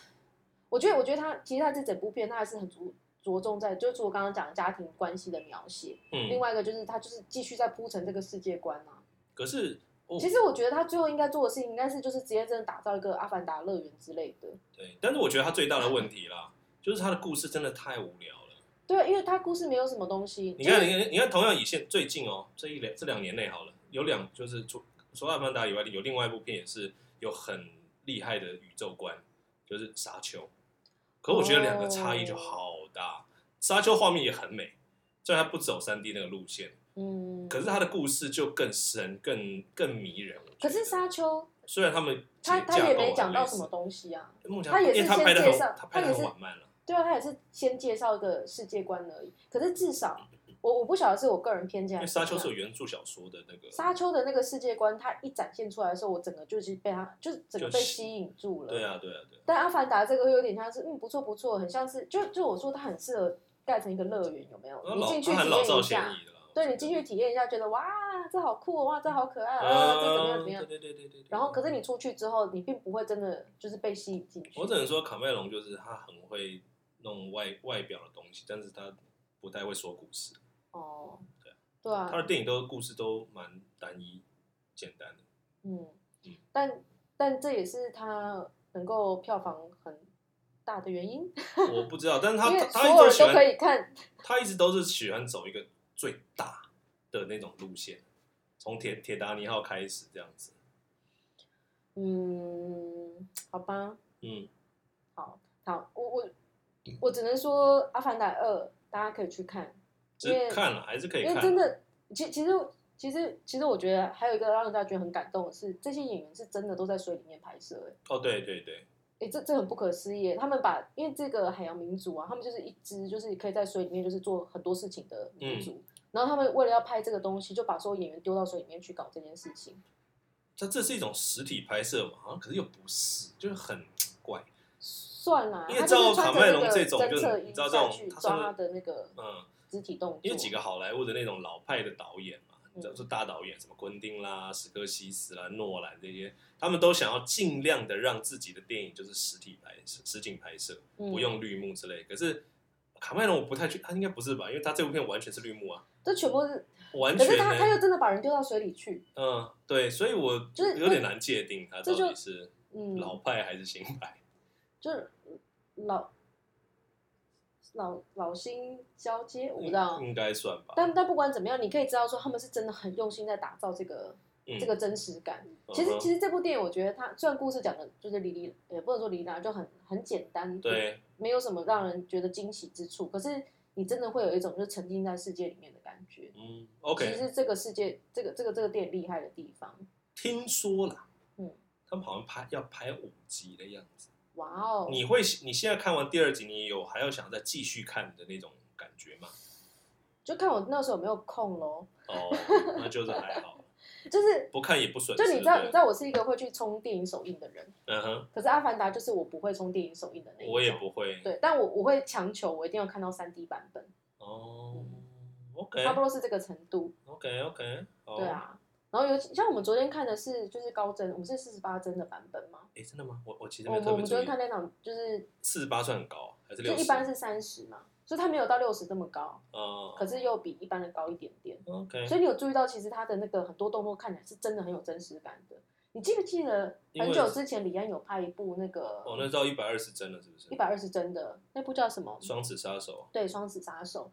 Speaker 1: 我觉得，我觉得他其实他这整部片，他还是很着着重在，就除我刚刚讲的家庭关系的描写，另
Speaker 2: 嗯，
Speaker 1: 外一个就是他就是继续在铺陈这个世界观啊。
Speaker 2: 可是哦我
Speaker 1: 其实我觉得他最后应该做的事情，应该是就是直接真的打造一个阿凡达乐园之类的。
Speaker 2: 对，但是我觉得他最大的问题啦，就是他的故事真的太无聊了。
Speaker 1: 对，啊因为他故事没有什么东西。
Speaker 2: 你
Speaker 1: 就
Speaker 2: 看，
Speaker 1: 是
Speaker 2: 你看，你看，同样以现最近哦，这一两这两年内好了，有两就是除除了《阿凡达》以外，有另外一部片也是有很厉害的宇宙观，就是《沙丘》。可我觉得两个差
Speaker 1: 哦
Speaker 2: 异就好大，沙丘》画面也很美，虽然它不走三 D 那个路线，
Speaker 1: 嗯，
Speaker 2: 可是它的故事就更深、更更迷人。我觉得
Speaker 1: 可是沙丘，
Speaker 2: 虽然他们
Speaker 1: 他
Speaker 2: 结
Speaker 1: 他
Speaker 2: 架
Speaker 1: 也
Speaker 2: 构
Speaker 1: 没
Speaker 2: 很
Speaker 1: 讲到
Speaker 2: 类似
Speaker 1: 什么，东西啊。
Speaker 2: 目前
Speaker 1: 他也是
Speaker 2: 因为他
Speaker 1: 先
Speaker 2: 拍的
Speaker 1: 介
Speaker 2: 很
Speaker 1: 绍
Speaker 2: 他拍
Speaker 1: 他也
Speaker 2: 的很
Speaker 1: 是
Speaker 2: 缓慢了。
Speaker 1: 对啊，他也是先介绍一个世界观而已。可是至少我我不晓得是我个人偏见
Speaker 2: 因
Speaker 1: 还
Speaker 2: 为《
Speaker 1: 是怎
Speaker 2: 沙
Speaker 1: 么样，
Speaker 2: 丘》是有原著小说的那个，
Speaker 1: 沙丘的那个世界观，它一展现出来的时候，我整个就是被它，就是整个被
Speaker 2: 就是
Speaker 1: 吸引住了。
Speaker 2: 对啊，对啊，对啊。
Speaker 1: 但阿凡达这个有点像是，嗯，不错不错，很像是，就就我说它很适合盖成一个乐园，有没有？
Speaker 2: 那
Speaker 1: 你
Speaker 2: 呃老
Speaker 1: 进去
Speaker 2: 他
Speaker 1: 体
Speaker 2: 很老
Speaker 1: 验
Speaker 2: 少
Speaker 1: 一
Speaker 2: 咸
Speaker 1: 下，
Speaker 2: 宜的啦。
Speaker 1: 对你进去体验一下，觉得哇，这好酷、哦，哇，这好可爱啊，这怎么样怎么样？
Speaker 2: 嗯对对对对对对。
Speaker 1: 然后可是你出去之后，你并不会真的就是被吸引进去。
Speaker 2: 我只能说卡麦隆就是他很会弄外外表的东西，但是他不太会说故事。
Speaker 1: 哦
Speaker 2: 对，
Speaker 1: 对啊，
Speaker 2: 他的电影都故事都蛮单一、简单的。
Speaker 1: 嗯
Speaker 2: 嗯，
Speaker 1: 但但这也是他能够票房很大的原因，
Speaker 2: 我不知道，但是他
Speaker 1: 因为
Speaker 2: 他
Speaker 1: 所
Speaker 2: 他一
Speaker 1: 有
Speaker 2: 直
Speaker 1: 人
Speaker 2: 喜
Speaker 1: 都可
Speaker 2: 欢，
Speaker 1: 以看。
Speaker 2: 他一直都是喜欢走一个最大的那种路线，从铁铁达尼号开始这样子。
Speaker 1: 嗯，好吧，
Speaker 2: 嗯，
Speaker 1: 好好，我我我只能说《阿凡达二》大家可以去看，
Speaker 2: 只
Speaker 1: 因为
Speaker 2: 是看了还是可以
Speaker 1: 因为
Speaker 2: 看，
Speaker 1: 真的，其其实其实其实我觉得还有一个让大家觉得很感动的是，这些演员是真的都在水里面拍摄、欸，
Speaker 2: 哦，对对对，
Speaker 1: 哎、这这很不可思议欸。他们把因为这个海洋民族啊，他们就是一支就是可以在水里面就是做很多事情的
Speaker 2: 嗯
Speaker 1: 民族。然后他们为了要拍这个东西，就把所有演员丢到水里面去搞这件事情。
Speaker 2: 它这是一种实体拍摄嘛，好像可是又不是，就是很怪。
Speaker 1: 算啦，
Speaker 2: 因为
Speaker 1: 他就是
Speaker 2: 照
Speaker 1: 穿
Speaker 2: 卡麦
Speaker 1: 着
Speaker 2: 隆
Speaker 1: 那
Speaker 2: 这
Speaker 1: 个
Speaker 2: 种
Speaker 1: 侦
Speaker 2: 就
Speaker 1: 测
Speaker 2: 是
Speaker 1: 仪
Speaker 2: 你知道
Speaker 1: 下
Speaker 2: 这种
Speaker 1: 去
Speaker 2: 他
Speaker 1: 抓
Speaker 2: 是
Speaker 1: 他的那个
Speaker 2: 嗯，
Speaker 1: 肢体动作，
Speaker 2: 因为几个好莱坞的那种老派的导演嘛，你知道
Speaker 1: 嗯
Speaker 2: 就大导演，什么昆汀啦、史科西斯啦、诺兰这些，他们都想要尽量的让自己的电影就是实体拍摄、实景拍摄，不
Speaker 1: 不，
Speaker 2: 用绿幕之类。可是卡麦隆我不太去，他应该不是吧？因为他这部片完全是绿幕啊，
Speaker 1: 这全部是。
Speaker 2: 完
Speaker 1: 可
Speaker 2: 全
Speaker 1: 是他他
Speaker 2: 呢，
Speaker 1: 又真的把人丢到水里去，
Speaker 2: 嗯，对，所以我
Speaker 1: 就是
Speaker 2: 有点难界定他
Speaker 1: 这
Speaker 2: 到
Speaker 1: 就
Speaker 2: 底是
Speaker 1: 嗯，
Speaker 2: 老派还是新派。
Speaker 1: 就是老老老新交接，我
Speaker 2: 嗯
Speaker 1: 不知道。
Speaker 2: 应该算吧。
Speaker 1: 但但不管怎么样，你可以知道说他们是真的很用心在打造这个、
Speaker 2: 嗯
Speaker 1: 这个真实感。其实
Speaker 2: 嗯哼
Speaker 1: 其实这部电影，我觉得它虽然故事讲的就是离离，也不能说离离啦，就很很简单，，
Speaker 2: 对，
Speaker 1: 没有什么让人觉得惊喜之处。可是你真的会有一种就是沉浸在世界里面的感觉。
Speaker 2: 嗯
Speaker 1: 其
Speaker 2: ，OK，
Speaker 1: 实这个世界，这个这个这个电影厉害的地方，
Speaker 2: 听说啦，
Speaker 1: 嗯，
Speaker 2: 他们好像拍要拍五集的样子。
Speaker 1: 哇哦！
Speaker 2: 你会你现在看完第二集，你有还要想再继续看的那种感觉吗？
Speaker 1: 就看我那时候有没有空咯，
Speaker 2: 哦，那就是还好，
Speaker 1: 就是
Speaker 2: 不看也不 损
Speaker 1: 就
Speaker 2: 失。
Speaker 1: 你知道，
Speaker 2: 对
Speaker 1: 你知道我是一个会去冲电影首映的人，
Speaker 2: 嗯哼，
Speaker 1: 可是《阿凡达》就是我不会冲电影首映的那一种。
Speaker 2: 我也不会。
Speaker 1: 对，但我我会强求我一定要看到三 D 版本，
Speaker 2: 哦
Speaker 1: 嗯差不多
Speaker 2: ，OK，OK，OK，
Speaker 1: 是这个程度。
Speaker 2: 哦，
Speaker 1: 对，啊，然后尤其像我们昨天看的是就是高帧，我们是四十八帧的版本嘛。
Speaker 2: 哎，真的吗？我我其实
Speaker 1: 我
Speaker 2: 没
Speaker 1: 们
Speaker 2: 有特
Speaker 1: 我
Speaker 2: 别
Speaker 1: 们昨天
Speaker 2: 注意
Speaker 1: 看，那场就是
Speaker 2: 四十八算很高啊还是
Speaker 1: 就
Speaker 2: 六十？
Speaker 1: 一般是三十嘛，所以它没有到六十这么高，
Speaker 2: 哦，
Speaker 1: 可是又比一般的高一点点。
Speaker 2: OK，
Speaker 1: 所以你有注意到，其实它的那个很多动作看起来是真的很有真实感的。你记不记得
Speaker 2: 因为
Speaker 1: 很久之前李安有拍一部那个
Speaker 2: 哦，那到一百二十帧了，是不是
Speaker 1: 一？百二十帧的那部叫什么？
Speaker 2: 双子杀手，
Speaker 1: 对，双子杀手。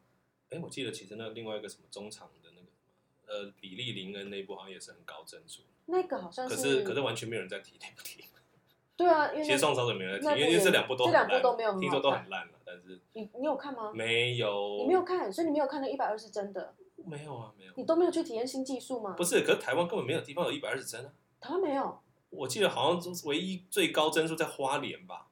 Speaker 2: 哎，我记得其实那另外一个什么中场的那个呃比利林恩那一部好像也是很高帧数，
Speaker 1: 那个好像
Speaker 2: 可是可是完全没有人在提那部电影，
Speaker 1: 对啊，因为
Speaker 2: 其实《
Speaker 1: 那
Speaker 2: 双杀手》没人在
Speaker 1: 那
Speaker 2: 提，
Speaker 1: 部
Speaker 2: 因为因为这两部
Speaker 1: 这
Speaker 2: 都很
Speaker 1: 两部
Speaker 2: 烂，
Speaker 1: 都没有很
Speaker 2: 听
Speaker 1: 好
Speaker 2: 说都
Speaker 1: 看
Speaker 2: 很烂了，但是
Speaker 1: 你你有看吗？
Speaker 2: 没有，
Speaker 1: 你没有看，所以你没有看那一百二十帧的，
Speaker 2: 没有啊，没有，
Speaker 1: 你都没有去体验新技术吗？
Speaker 2: 不是，可是台湾根本没有地方有一百二十帧啊。
Speaker 1: 台湾没有，
Speaker 2: 我记得好像唯一最高帧数在花莲吧？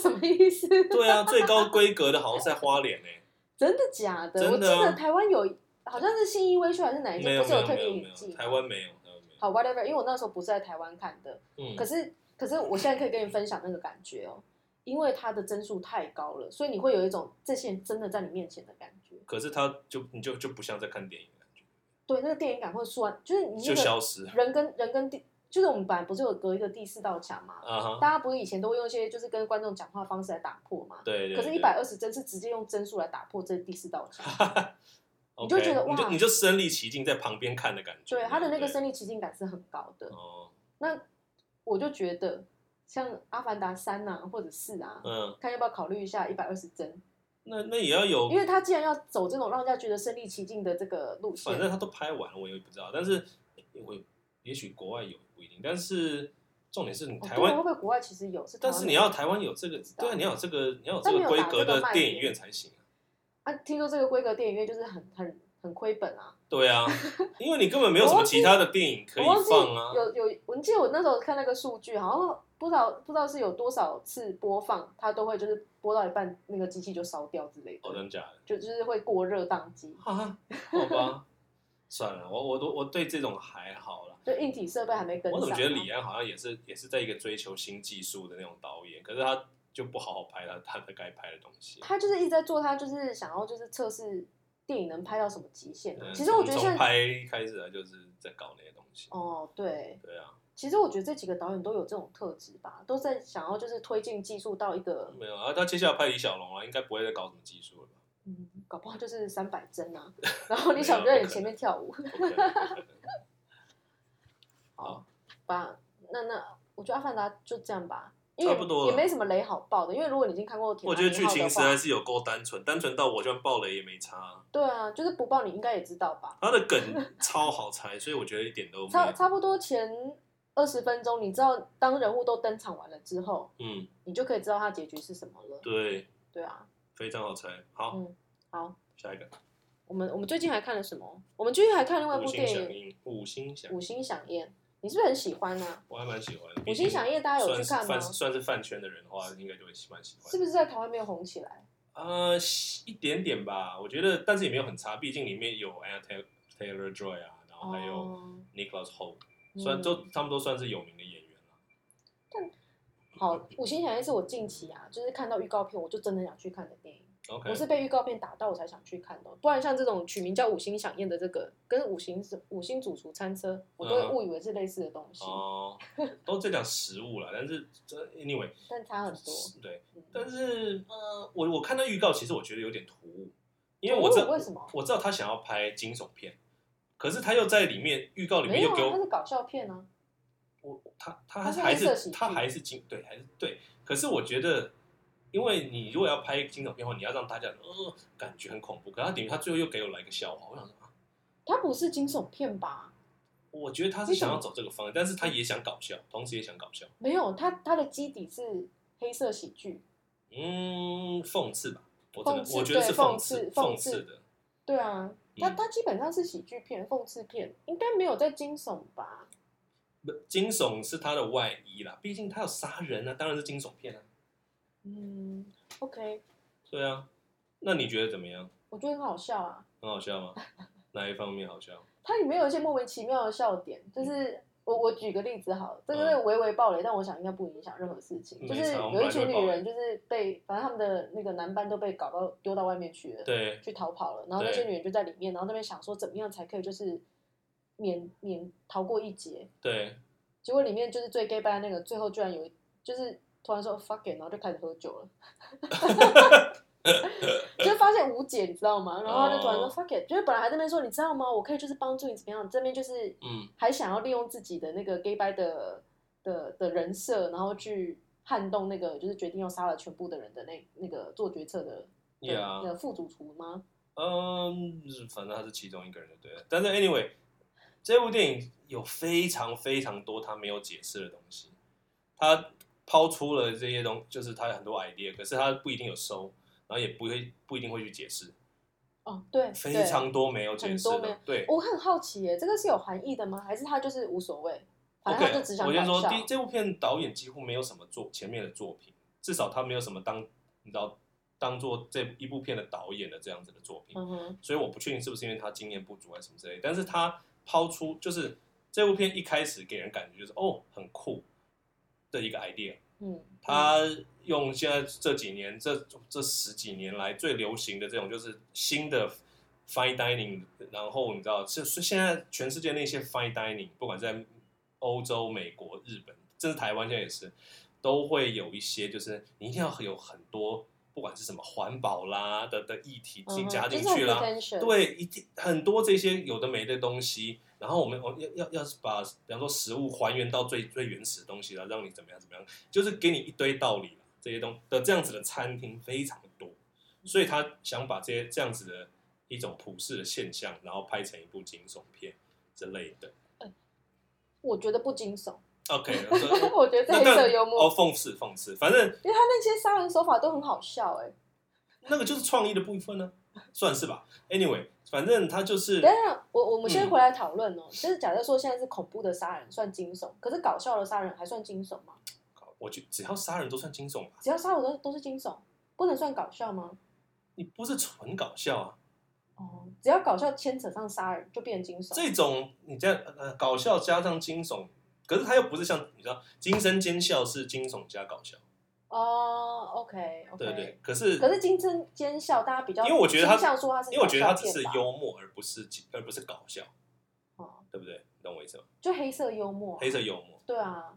Speaker 1: 什么意思？
Speaker 2: 对啊，最高规格的好像是在花莲呢、欸
Speaker 1: 真的假的？
Speaker 2: 真
Speaker 1: 我记
Speaker 2: 的啊
Speaker 1: 得台湾有，好像是信义威秀还是哪一
Speaker 2: 没
Speaker 1: 间，
Speaker 2: 有
Speaker 1: 不是
Speaker 2: 没有
Speaker 1: 特
Speaker 2: 没有
Speaker 1: 别
Speaker 2: 没
Speaker 1: 引
Speaker 2: 有，
Speaker 1: 进？
Speaker 2: 台湾没有，台湾没有。
Speaker 1: 好，whatever，因为我那时候不是在台湾看的，
Speaker 2: 嗯，
Speaker 1: 可是可是我现在可以跟你分享那个感觉哦，因为它的帧数太高了，所以你会有一种这些人真的在你面前的感觉。
Speaker 2: 可是他就你就就不像在看电影的感觉，
Speaker 1: 对，那个电影感会突然，就是你
Speaker 2: 就
Speaker 1: 那个
Speaker 2: 消失
Speaker 1: 人跟人跟第，就是我们本来不是有隔一个第四道墙嘛，
Speaker 2: 啊哈。
Speaker 1: 大家不是以前都会用一些就是跟观众讲话方式来打破嘛？
Speaker 2: 对对。
Speaker 1: 可是，一百二十帧是直接用帧数来打破这第四道墙，
Speaker 2: 你
Speaker 1: 你就觉得
Speaker 2: 你就
Speaker 1: 哇
Speaker 2: 你就身临其境在旁边看的感觉。
Speaker 1: 对，它的那个
Speaker 2: 对
Speaker 1: 身临其境感是很高的。
Speaker 2: 哦，
Speaker 1: 那我就觉得，像《阿凡达三》呐，或者四啊，
Speaker 2: 嗯，
Speaker 1: 看要不要考虑一下一百二十帧，
Speaker 2: 那那也要有
Speaker 1: 因，为他既然要走这种让人家觉得身临其境的这个路线
Speaker 2: 反，正他都拍完了，我也不知道。但是我也许国外有不一定，但是重点是你
Speaker 1: 哦
Speaker 2: 台
Speaker 1: 对啊
Speaker 2: 湾
Speaker 1: 会不会国外其实有？是台湾
Speaker 2: 但是你要台湾有这个，对啊，你要有这个，你要有这个规格的电影院才行啊。
Speaker 1: 啊，听说这个规格电影院就是很很很亏本啊。
Speaker 2: 对 啊，因为你根本没有什么其他的电影可以
Speaker 1: 我忘记
Speaker 2: 放啊。
Speaker 1: 有有，我记得我那时候看那个数据，好像不知道不知道是有多少次播放，它都会就是播到一半，那个机器就烧掉之类的，
Speaker 2: 哦，真的假的？
Speaker 1: 就就是会过热宕机，
Speaker 2: 啊，好吧，算了，我我都我对这种还好啦。
Speaker 1: 就硬体设备还没跟上、
Speaker 2: 我
Speaker 1: 啊。
Speaker 2: 怎么觉得李安好像也是也是在一个追求新技术的那种导演，可是他就不好好拍他他该拍的东西。
Speaker 1: 他就是一直在做，他就是想要就是测试电影能拍到什么极限、啊。
Speaker 2: 嗯
Speaker 1: 其实我觉得
Speaker 2: 从
Speaker 1: 现
Speaker 2: 从
Speaker 1: 在，
Speaker 2: 拍开始他就是在搞那些东西。
Speaker 1: 哦，对，
Speaker 2: 对啊，
Speaker 1: 其实我觉得这几个导演都有这种特质吧，都在想要就是推进技术到一个，
Speaker 2: 没有啊，他接下来拍李小龙啊，应该不会再搞什么技术了吧？
Speaker 1: 嗯，搞不好就是三百帧啊，然后你想在你前面跳舞，
Speaker 2: 不可能不可 能
Speaker 1: 好吧？那那我觉得《阿凡达》就这样吧，因
Speaker 2: 差不
Speaker 1: 为
Speaker 2: 多了
Speaker 1: 也没什么雷好爆的，因为如果你已经看过《铁
Speaker 2: 我
Speaker 1: 达
Speaker 2: 觉
Speaker 1: 尼
Speaker 2: 得
Speaker 1: 号》
Speaker 2: 剧情
Speaker 1: 的
Speaker 2: 实在
Speaker 1: 话，
Speaker 2: 是有够单纯，单纯到我就算爆雷也没差。
Speaker 1: 对啊，就是不爆你应该也知道吧？
Speaker 2: 它的梗超好猜，所以我觉得一点都没
Speaker 1: 差
Speaker 2: 有。
Speaker 1: 差不多前二十分钟，你知道当人物都登场完了之后。
Speaker 2: 嗯，
Speaker 1: 你就可以知道它结局是什么了。
Speaker 2: 对，
Speaker 1: 对啊，
Speaker 2: 非常好猜。好，
Speaker 1: 嗯，好，
Speaker 2: 下一个
Speaker 1: 我们我们最近还看了什么？我们最近还看另外一
Speaker 2: 五
Speaker 1: 部
Speaker 2: 星
Speaker 1: 电
Speaker 2: 响
Speaker 1: 影
Speaker 2: 应，五星响
Speaker 1: 《
Speaker 2: 应，
Speaker 1: 五星响宴》，你是不是很喜欢呢、啊？
Speaker 2: 我还蛮喜欢的。
Speaker 1: 《五星响宴》大家有
Speaker 2: 算
Speaker 1: 去
Speaker 2: 是
Speaker 1: 看吗
Speaker 2: 算？是算是饭圈的人的话，应该就会喜蛮喜欢
Speaker 1: 是。不是在台湾没有红起来？
Speaker 2: 呃，一点点吧，我觉得，但是也没有很差，毕竟里面有 Anna Taylor- Taylor Joy 啊，然后还有
Speaker 1: 哦
Speaker 2: Nicholas Hoult，虽然
Speaker 1: 嗯
Speaker 2: 都他们都算是有名的演员了。
Speaker 1: 好，《五星响宴》是我近期啊，就是看到预告片我就真的想去看的电影。
Speaker 2: OK，
Speaker 1: 我是被预告片打到我才想去看的哦，不然像这种取名叫《五星响宴》的这个，跟五星五星主厨餐车，我都
Speaker 2: 嗯
Speaker 1: 会误以为是类似的东西，
Speaker 2: 哦，都在讲食物啦，但是这 anyway，
Speaker 1: 但差很多。
Speaker 2: 对，
Speaker 1: 嗯
Speaker 2: 但是呃，我我看到预告，其实我觉得有点突兀，因为我知
Speaker 1: 突兀
Speaker 2: 道
Speaker 1: 为什么
Speaker 2: 我知道他想要拍惊悚片，可是他又在里面预告里面
Speaker 1: 没有
Speaker 2: 又给
Speaker 1: 啊，它
Speaker 2: 我
Speaker 1: 是搞笑片啊。
Speaker 2: 我他他
Speaker 1: 它是
Speaker 2: 还
Speaker 1: 黑色喜嗯
Speaker 2: 是
Speaker 1: 剧
Speaker 2: 他还是惊对还是对，可是我觉得。因为你如果要拍惊悚片的话，你要让大家呃感觉很恐怖，可是他顶他最后又给我来一个笑话，我想说啊，
Speaker 1: 它不是惊悚片吧？
Speaker 2: 我觉得他是想要走这个方向，但是他也想搞笑，同时也想搞笑，
Speaker 1: 没有，它它的基底是黑色喜剧，
Speaker 2: 嗯，讽刺吧，我真
Speaker 1: 讽
Speaker 2: 的
Speaker 1: 刺
Speaker 2: 我觉得
Speaker 1: 对
Speaker 2: 是
Speaker 1: 讽刺
Speaker 2: 刺讽
Speaker 1: 讽刺
Speaker 2: 的，
Speaker 1: 对啊，它
Speaker 2: 嗯
Speaker 1: 它基本上是喜剧片、讽刺片，应该没有在惊悚吧？
Speaker 2: 不，惊悚是他的外衣啦，毕竟他有杀人啊，当然是惊悚片啊。
Speaker 1: 嗯，OK，
Speaker 2: 对啊，那你觉得怎么样？
Speaker 1: 我觉得很好笑啊，
Speaker 2: 很好 笑吗？哪一方面好笑？
Speaker 1: 它里面有一些莫名其妙的笑点，
Speaker 2: 嗯
Speaker 1: 就是。我我举个例子好了，这个是微微暴雷，但我想应该不影响任何事情。
Speaker 2: 没
Speaker 1: 就是
Speaker 2: 差我们
Speaker 1: 有一群
Speaker 2: 本来就会
Speaker 1: 女
Speaker 2: 爆雷
Speaker 1: 人，就是被反正他们的那个男伴都被搞到丢到外面去了，
Speaker 2: 对，
Speaker 1: 去逃跑了。然后那些
Speaker 2: 对
Speaker 1: 女人就在里面，然后那边想说怎么样才可以就是免免逃过一劫。
Speaker 2: 对，
Speaker 1: 结果里面就是最 gay 班那个，最后居然有一就是突然说 fuck it，然后就开始喝酒了， 就是发现无解，你知道吗？然后他就突然说
Speaker 2: 哦
Speaker 1: fuck it，就是本来还在那边说你知道吗？我可以就是帮助你怎么样，这边就是
Speaker 2: 嗯，
Speaker 1: 还想要利用自己的那个 gay 班的的的人设，然后去撼动那个就是决定要杀了全部的人的那那个做决策的。
Speaker 2: 呀、
Speaker 1: 的副主厨吗？
Speaker 2: 嗯，反正他是其中一个人就对了。但是 anyway，这部电影有非常非常多他没有解释的东西，他抛出了这些东，就是他有很多 idea，可是他不一定有收，然后也不会不一定会去解释，
Speaker 1: 哦，对，
Speaker 2: 非
Speaker 1: 对
Speaker 2: 常多没有解释
Speaker 1: 很多没有哦
Speaker 2: 的。对
Speaker 1: 我很好奇耶，这个是有含义的吗？还是他就是无所谓，反正他
Speaker 2: ，OK，
Speaker 1: 就只想
Speaker 2: 我先
Speaker 1: 搞
Speaker 2: 说，
Speaker 1: 笑。
Speaker 2: 第这部片导演几乎没有什么作前面的作品，至少他没有什么当你知道当做这一部片的导演的这样子的作品。
Speaker 1: 嗯哼，
Speaker 2: 所以我不确定是不是因为他经验不足还是什么之类。但是他抛出就是这部片一开始给人感觉就是哦很酷的一个 idea，
Speaker 1: 嗯，
Speaker 2: 他用现在这几年这这十几年来最流行的这种就是新的 fine dining，然后你知道是是现在全世界那些 fine dining，不管在欧洲、美国、日本，甚至台湾现在也是，都会有一些就是你一定要有很多。不管是什么环保啦的的议题
Speaker 1: 嗯哼
Speaker 2: 加进去
Speaker 1: 就是
Speaker 2: 啦，，
Speaker 1: 很 pretentious
Speaker 2: 对，一定很多这些有的没的东西，然后我们哦我要要要是把，比方说食物还原到最最原始的东西了，让你怎么样怎么样，就是给你一堆道理了。这些东的这样子的餐厅非常多，所以他想把这些这样子的一种普世的现象，然后拍成一部惊悚片之类的。
Speaker 1: 我觉得不惊悚，
Speaker 2: OK，那 这
Speaker 1: 我觉得这
Speaker 2: 那
Speaker 1: 黑
Speaker 2: 当
Speaker 1: 色
Speaker 2: 然
Speaker 1: 幽默
Speaker 2: 哦，，讽刺讽刺，反正
Speaker 1: 因为他那些杀人手法都很好笑哎。
Speaker 2: 那个就是创意的部分呢、啊算是吧。Anyway，反正他就是
Speaker 1: 等一下，我我们先
Speaker 2: 嗯
Speaker 1: 回来讨论哦。就是假设说现在是恐怖的杀人算惊悚，可是搞笑的杀人还算惊悚吗？
Speaker 2: 我觉得只要杀人都算惊悚吧，
Speaker 1: 只要杀人都都是惊悚，不能算搞笑吗？
Speaker 2: 你不是纯搞笑啊。
Speaker 1: 哦，只要搞笑牵扯上杀人就变惊悚。
Speaker 2: 这种你这样呃搞笑加上惊悚，可是它又不是像你知道惊声尖笑是惊悚加搞笑，
Speaker 1: 哦，OK OK，
Speaker 2: 对不对？可是
Speaker 1: 可是金针尖笑，大家比较
Speaker 2: 因为我觉得他
Speaker 1: 倾向说他是
Speaker 2: 因为我觉得它
Speaker 1: 搞笑
Speaker 2: 只是
Speaker 1: 片吧
Speaker 2: 幽默，而不是惊而不是搞笑，
Speaker 1: 哦，
Speaker 2: 对不对？你懂我意思吗？
Speaker 1: 就黑色幽默啊，
Speaker 2: 黑色幽默，
Speaker 1: 对啊，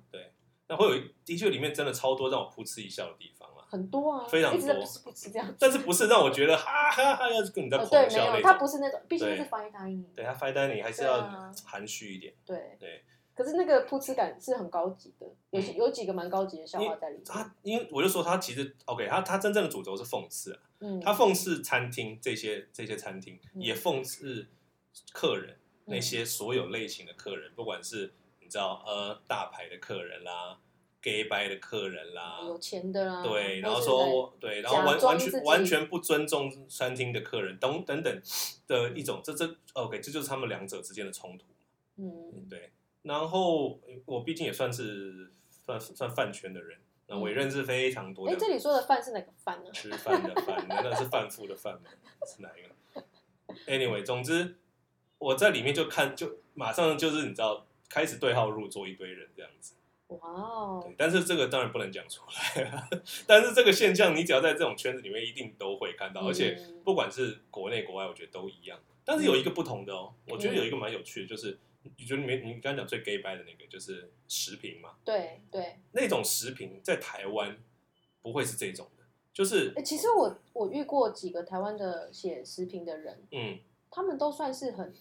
Speaker 2: 那会有一的确里面真的超多让我噗嗤一笑的地方啦，
Speaker 1: 很多啊，
Speaker 2: 非常
Speaker 1: 一直在
Speaker 2: 多
Speaker 1: 不是不是这样子，
Speaker 2: 但是不是让我觉得哈哈哈要跟你在
Speaker 1: 呃
Speaker 2: 狂
Speaker 1: 对，没
Speaker 2: 笑
Speaker 1: 有，
Speaker 2: 那
Speaker 1: 他
Speaker 2: 种。
Speaker 1: 不是那种，毕竟
Speaker 2: 对
Speaker 1: 是 fine dining，
Speaker 2: 对他 f i n 你还是
Speaker 1: 对
Speaker 2: 要
Speaker 1: 啊
Speaker 2: 含蓄一点。
Speaker 1: 对
Speaker 2: 对，
Speaker 1: 可是那个噗嗤感是很高级的，有几有几个蛮高级的笑话在里面，
Speaker 2: 他因为我就说他其实 OK，他他真正的主轴是讽刺啊
Speaker 1: 嗯，
Speaker 2: 他讽刺餐厅这些这些餐厅，
Speaker 1: 嗯
Speaker 2: 也讽刺客人
Speaker 1: 嗯
Speaker 2: 那些所有类型的客人，不管是你知道呃大牌的客人啦，gay 白的客人啦，
Speaker 1: 有钱的啦，
Speaker 2: 对，然
Speaker 1: 或
Speaker 2: 后
Speaker 1: 啊是
Speaker 2: 说
Speaker 1: 在
Speaker 2: 我对，然后
Speaker 1: 假
Speaker 2: 完
Speaker 1: 装
Speaker 2: 完
Speaker 1: 自己
Speaker 2: 全完全不尊重餐厅的客人，等等等的一种，这这 OK，这就是他们两者之间的冲突。
Speaker 1: 嗯，
Speaker 2: 对，然后呃我毕竟也算是算算饭圈的人，那我也认识非常多
Speaker 1: 哎，
Speaker 2: 的
Speaker 1: 这里说的饭是哪个饭呢？
Speaker 2: 吃饭的饭，难道是饭腹的饭吗？是哪一个？Anyway，总之我在里面就看，就马上就是你知道开始对号入座一堆人这样子。
Speaker 1: 哇哦
Speaker 2: 对，，但是这个当然不能讲出来，啊 但是这个现象你只要在这种圈子里面一定都会看到，而且
Speaker 1: 嗯
Speaker 2: 不管是国内国外，我觉得都一样。但是有一个不同的哦，我觉得有
Speaker 1: 嗯
Speaker 2: 一个蛮有趣的，就是你觉得你你刚刚讲最 gay 掰的那个就是食品嘛，
Speaker 1: 对对，
Speaker 2: 那种食品在台湾不会是这种的，就是
Speaker 1: 哎，其实我我遇过几个台湾的写食评的人，
Speaker 2: 嗯。
Speaker 1: 他们都算是很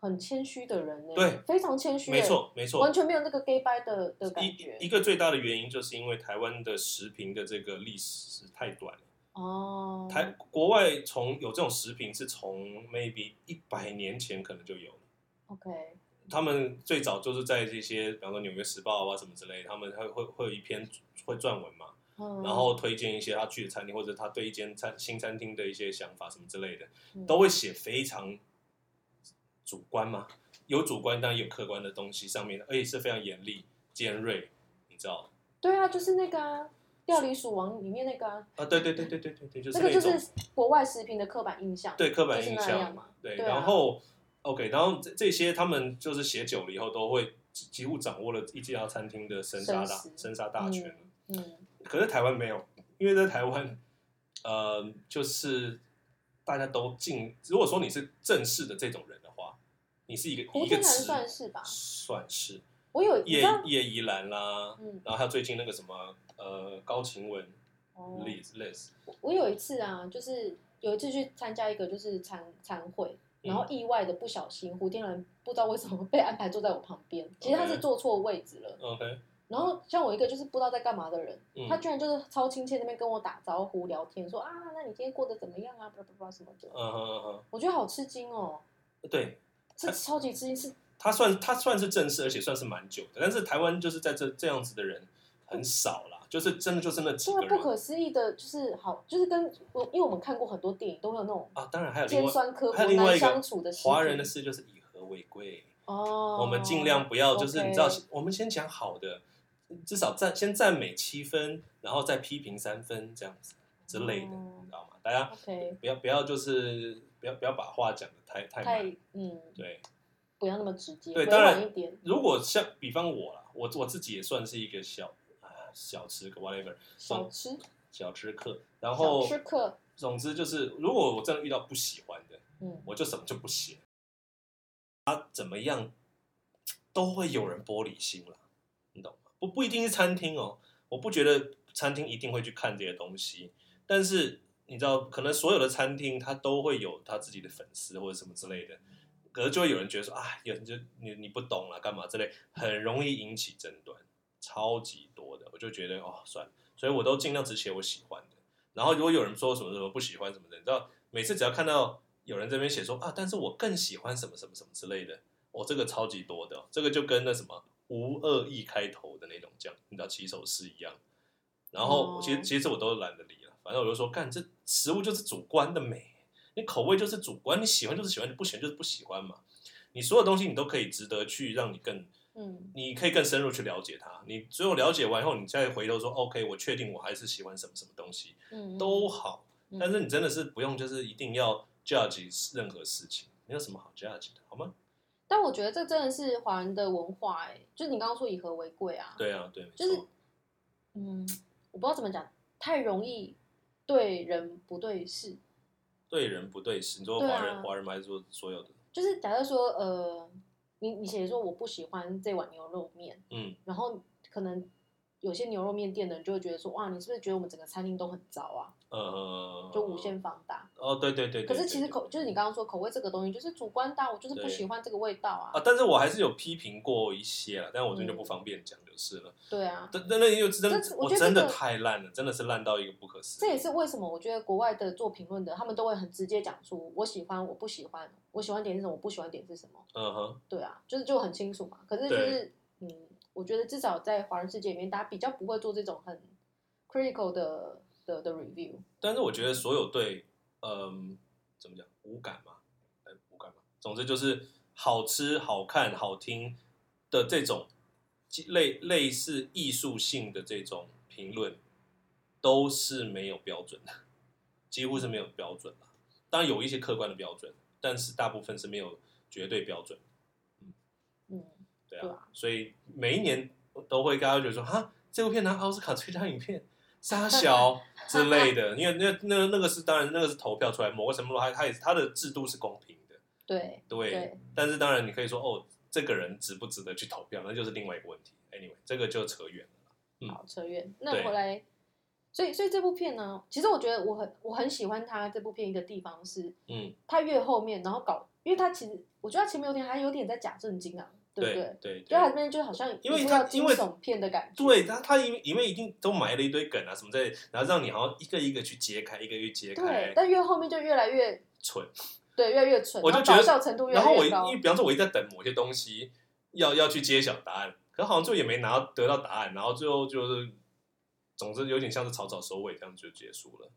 Speaker 1: 很谦虚的人呢，
Speaker 2: 对，
Speaker 1: 非常谦虚，
Speaker 2: 没，错，没错
Speaker 1: 完，全没有那个 gay bye 的的感觉
Speaker 2: 一一个最大的原因就是因为台湾的食品的这个历史太短了。
Speaker 1: 哦。
Speaker 2: 台国外从有这种食品是从 maybe 一百年前可能就有了。
Speaker 1: OK，
Speaker 2: 他们最早就是在这些，比方说《纽约时报》啊什么之类，他们会会会有一篇会撰文嘛，
Speaker 1: 嗯，
Speaker 2: 然后推荐一些他去的餐厅，或者他对一间餐新餐厅的一些想法什么之类的，
Speaker 1: 嗯
Speaker 2: 都会写非常主观嘛，有主观，当然有客观的东西上面，而且是非常严厉、尖锐，你知道，
Speaker 1: 对啊，就是那个啊，《料理鼠王》里面那个啊，
Speaker 2: 啊，对对对对对对对，就是
Speaker 1: 那个就
Speaker 2: 种
Speaker 1: 是国外食品的刻板印象，
Speaker 2: 对刻板
Speaker 1: 就是
Speaker 2: 印
Speaker 1: 那
Speaker 2: 象
Speaker 1: 样嘛
Speaker 2: 对，
Speaker 1: 对啊
Speaker 2: 然后 OK，然后这这些他们就是写久了以后，都会几几乎掌握了一家餐厅的生杀大
Speaker 1: 生死
Speaker 2: 生杀大权。
Speaker 1: 嗯，
Speaker 2: 可是台湾没有，因为在台湾，呃，就是大家都进。如果说你是正式的这种人的话，你是一个
Speaker 1: 胡
Speaker 2: 一个
Speaker 1: 天南
Speaker 2: 词
Speaker 1: 算是吧？
Speaker 2: 算是
Speaker 1: 我有你知
Speaker 2: 叶
Speaker 1: 道，
Speaker 2: 叶宜兰啦，
Speaker 1: 嗯，
Speaker 2: 然后还有最近那个什么呃高晴雯
Speaker 1: 哦
Speaker 2: Liz Liz，
Speaker 1: 我有一次啊，就是有一次去参加一个就是餐餐会，然
Speaker 2: 嗯
Speaker 1: 后意外的不 小心，胡天兰不知道为什么被安排坐在我旁边，其实他是
Speaker 2: OK
Speaker 1: 坐错位置了。
Speaker 2: 嗯 OK，
Speaker 1: 然后像我一个就是不知道在干嘛的人，
Speaker 2: 嗯
Speaker 1: 他居然就是超亲切那边跟我打招呼聊天，说啊，那你今天过得怎么样啊？巴拉巴拉巴拉什么的，
Speaker 2: 嗯哼嗯哼，
Speaker 1: 我觉得好吃惊哦，
Speaker 2: 对，
Speaker 1: 是超级吃惊，是
Speaker 2: 他算他算是正式，而且算是蛮久的。但是台湾就是在这这样子的人很少啦，就是真的就是那几
Speaker 1: 真
Speaker 2: 个
Speaker 1: 的不
Speaker 2: 人
Speaker 1: 可思议的，就是好，就是跟我因为我们看过很多电影，都会有那种
Speaker 2: 啊。当然还有另
Speaker 1: 尖
Speaker 2: 外
Speaker 1: 酸刻
Speaker 2: 还
Speaker 1: 薄
Speaker 2: 有另外
Speaker 1: 难
Speaker 2: 一个
Speaker 1: 相处的事情
Speaker 2: 华人的事就是以和为贵，
Speaker 1: 哦，
Speaker 2: 我们尽量不要就是你知道
Speaker 1: OK，
Speaker 2: 我们先讲好的，至少赞先赞美七分，然后再批评三分这样子之类的，
Speaker 1: 哦
Speaker 2: 你知道吗？大家
Speaker 1: OK
Speaker 2: 不要不要就是不要不要把话讲的太太满，
Speaker 1: 太嗯，
Speaker 2: 对。
Speaker 1: 不要那么直接，
Speaker 2: 对
Speaker 1: 委
Speaker 2: 当然
Speaker 1: 婉一点，
Speaker 2: 如果像比方我啦，我我自己也算是一个小啊小吃 whatever
Speaker 1: 少吃
Speaker 2: 小吃客，然
Speaker 1: 少
Speaker 2: 后
Speaker 1: 吃客，
Speaker 2: 总之就是，如果我真的遇到不喜欢的，
Speaker 1: 嗯，
Speaker 2: 我就什么就不写。他怎么样，都会有人玻璃心啦，你懂吗？不不一定是餐厅哦，我不觉得餐厅一定会去看这些东西，但是你知道，可能所有的餐厅它都会有他自己的粉丝或者什么之类的，可是就会有人觉得说，啊，有人就你你不懂啦，干嘛之类，很容易引起争端，超级多的，我就觉得哦，算了，所以我都尽量只写我喜欢的。然后如果有人说什么什么不喜欢什么的，你知道，每次只要看到有人这边写说啊，但是我更喜欢什么什么什么之类的，哦，这个超级多的哦、这个就跟那什么无恶意开头的那种酱，你知道起手式一样。然后
Speaker 1: 哦
Speaker 2: 其实其实我都懒得理了，反正我就说，干这食物就是主观的美，你口味就是主观，你喜欢就是喜欢，你不喜欢就是不喜欢嘛。你所有东西你都可以值得去让你更
Speaker 1: 嗯
Speaker 2: 你可以更深入去了解它。你只有了解完以后，你再回头说，OK，我确定我还是喜欢什么什么东西
Speaker 1: 嗯
Speaker 2: 都好。
Speaker 1: 嗯
Speaker 2: 但是你真的是不用，就是一定要 judge 任何事情，没有什么好 judge 的，好吗？
Speaker 1: 但我觉得这真的是华人的文化、欸，哎，就是你刚刚说以和为贵啊，，
Speaker 2: 对啊，对，没
Speaker 1: 就是
Speaker 2: 错，
Speaker 1: 嗯，我不知道怎么讲，太容易对人不对事，
Speaker 2: 对人不对事。你说
Speaker 1: 对
Speaker 2: 华
Speaker 1: 啊
Speaker 2: 人，华人吗？还是说所有的？
Speaker 1: 就是假设说，呃，你你写说我不喜欢这碗牛肉面，
Speaker 2: 嗯，
Speaker 1: 然后可能有些牛肉面店的人就会觉得说，哇，你是不是觉得我们整个餐厅都很糟啊，
Speaker 2: 呃，
Speaker 1: 就无限放大。
Speaker 2: 哦，对对对对。
Speaker 1: 可是其实
Speaker 2: 对
Speaker 1: 口就是你刚刚说口味这个东西就是主观的啊，我就是不
Speaker 2: 对
Speaker 1: 喜欢这个味道
Speaker 2: 啊
Speaker 1: 啊，，
Speaker 2: 但是我还是有批评过一些了，但我这边就不方便讲就是了。
Speaker 1: 对啊，
Speaker 2: 但但那又真
Speaker 1: 这
Speaker 2: 的，
Speaker 1: 我
Speaker 2: 我
Speaker 1: 觉得
Speaker 2: 真的
Speaker 1: 这个
Speaker 2: 太烂了，真的是烂到一个不可思
Speaker 1: 这
Speaker 2: 议。
Speaker 1: 也是为什么我觉得国外的做评论的，他们都会很直接讲出我喜欢，我不喜欢，我喜欢点是什么，我不喜欢点是什么。
Speaker 2: 嗯哼，
Speaker 1: 对啊，就是就很清楚嘛。可是就是嗯，我觉得至少在华人世界里面，大家比较不会做这种很 critical 的的的 review。
Speaker 2: 但是我觉得所有对，嗯，怎么讲，无感嘛，呃，无感嘛。总之就是好吃、好看、好听的这种类类似艺术性的这种评论，都是没有标准的，几乎是没有标准的。当然有一些客观的标准，但是大部分是没有绝对标准。
Speaker 1: 嗯，
Speaker 2: 对
Speaker 1: 对
Speaker 2: 啊
Speaker 1: 啊，
Speaker 2: 所以每一年都会大家觉得说，哈，这部片拿奥斯卡最佳影片，沙 小之类的，因为那那那个是当然那个是投票出来，某个程度它它也它的制度是公平的，
Speaker 1: 对
Speaker 2: 对。
Speaker 1: 对
Speaker 2: 但是当然你可以说，哦，这个人值不值得去投票，那就是另外一个问题。Anyway，这个就扯远了。嗯
Speaker 1: 好扯远。那
Speaker 2: 对
Speaker 1: 回来，所以所以这部片呢，其实我觉得我很我很喜欢它这部片一个地方是，
Speaker 2: 嗯，
Speaker 1: 它越后面然后搞，因为它其实我觉得它前面有点还有点在假正经啊，对不对？
Speaker 2: 对对，
Speaker 1: 就它这边就好像
Speaker 2: 因为
Speaker 1: 一副
Speaker 2: 它
Speaker 1: 要惊
Speaker 2: 因为
Speaker 1: 悚片的感觉，
Speaker 2: 对他，他因为因为一定都埋了一堆梗啊什么之类的，然后让你好像一个一个去揭开，一个一个揭
Speaker 1: 对
Speaker 2: 开，，
Speaker 1: 但越后面就越来越
Speaker 2: 蠢。
Speaker 1: 对，越来越蠢，
Speaker 2: 我就
Speaker 1: 然后
Speaker 2: 觉
Speaker 1: 搞
Speaker 2: 得
Speaker 1: 笑程度越
Speaker 2: 然后
Speaker 1: 来
Speaker 2: 我
Speaker 1: 越
Speaker 2: 一
Speaker 1: 高
Speaker 2: 因。为比方说，我一直在等某些东西要要去揭晓答案，可好像最后也没拿到得到答案，然后最后就是，总之有点像是草草收尾，这样就结束了。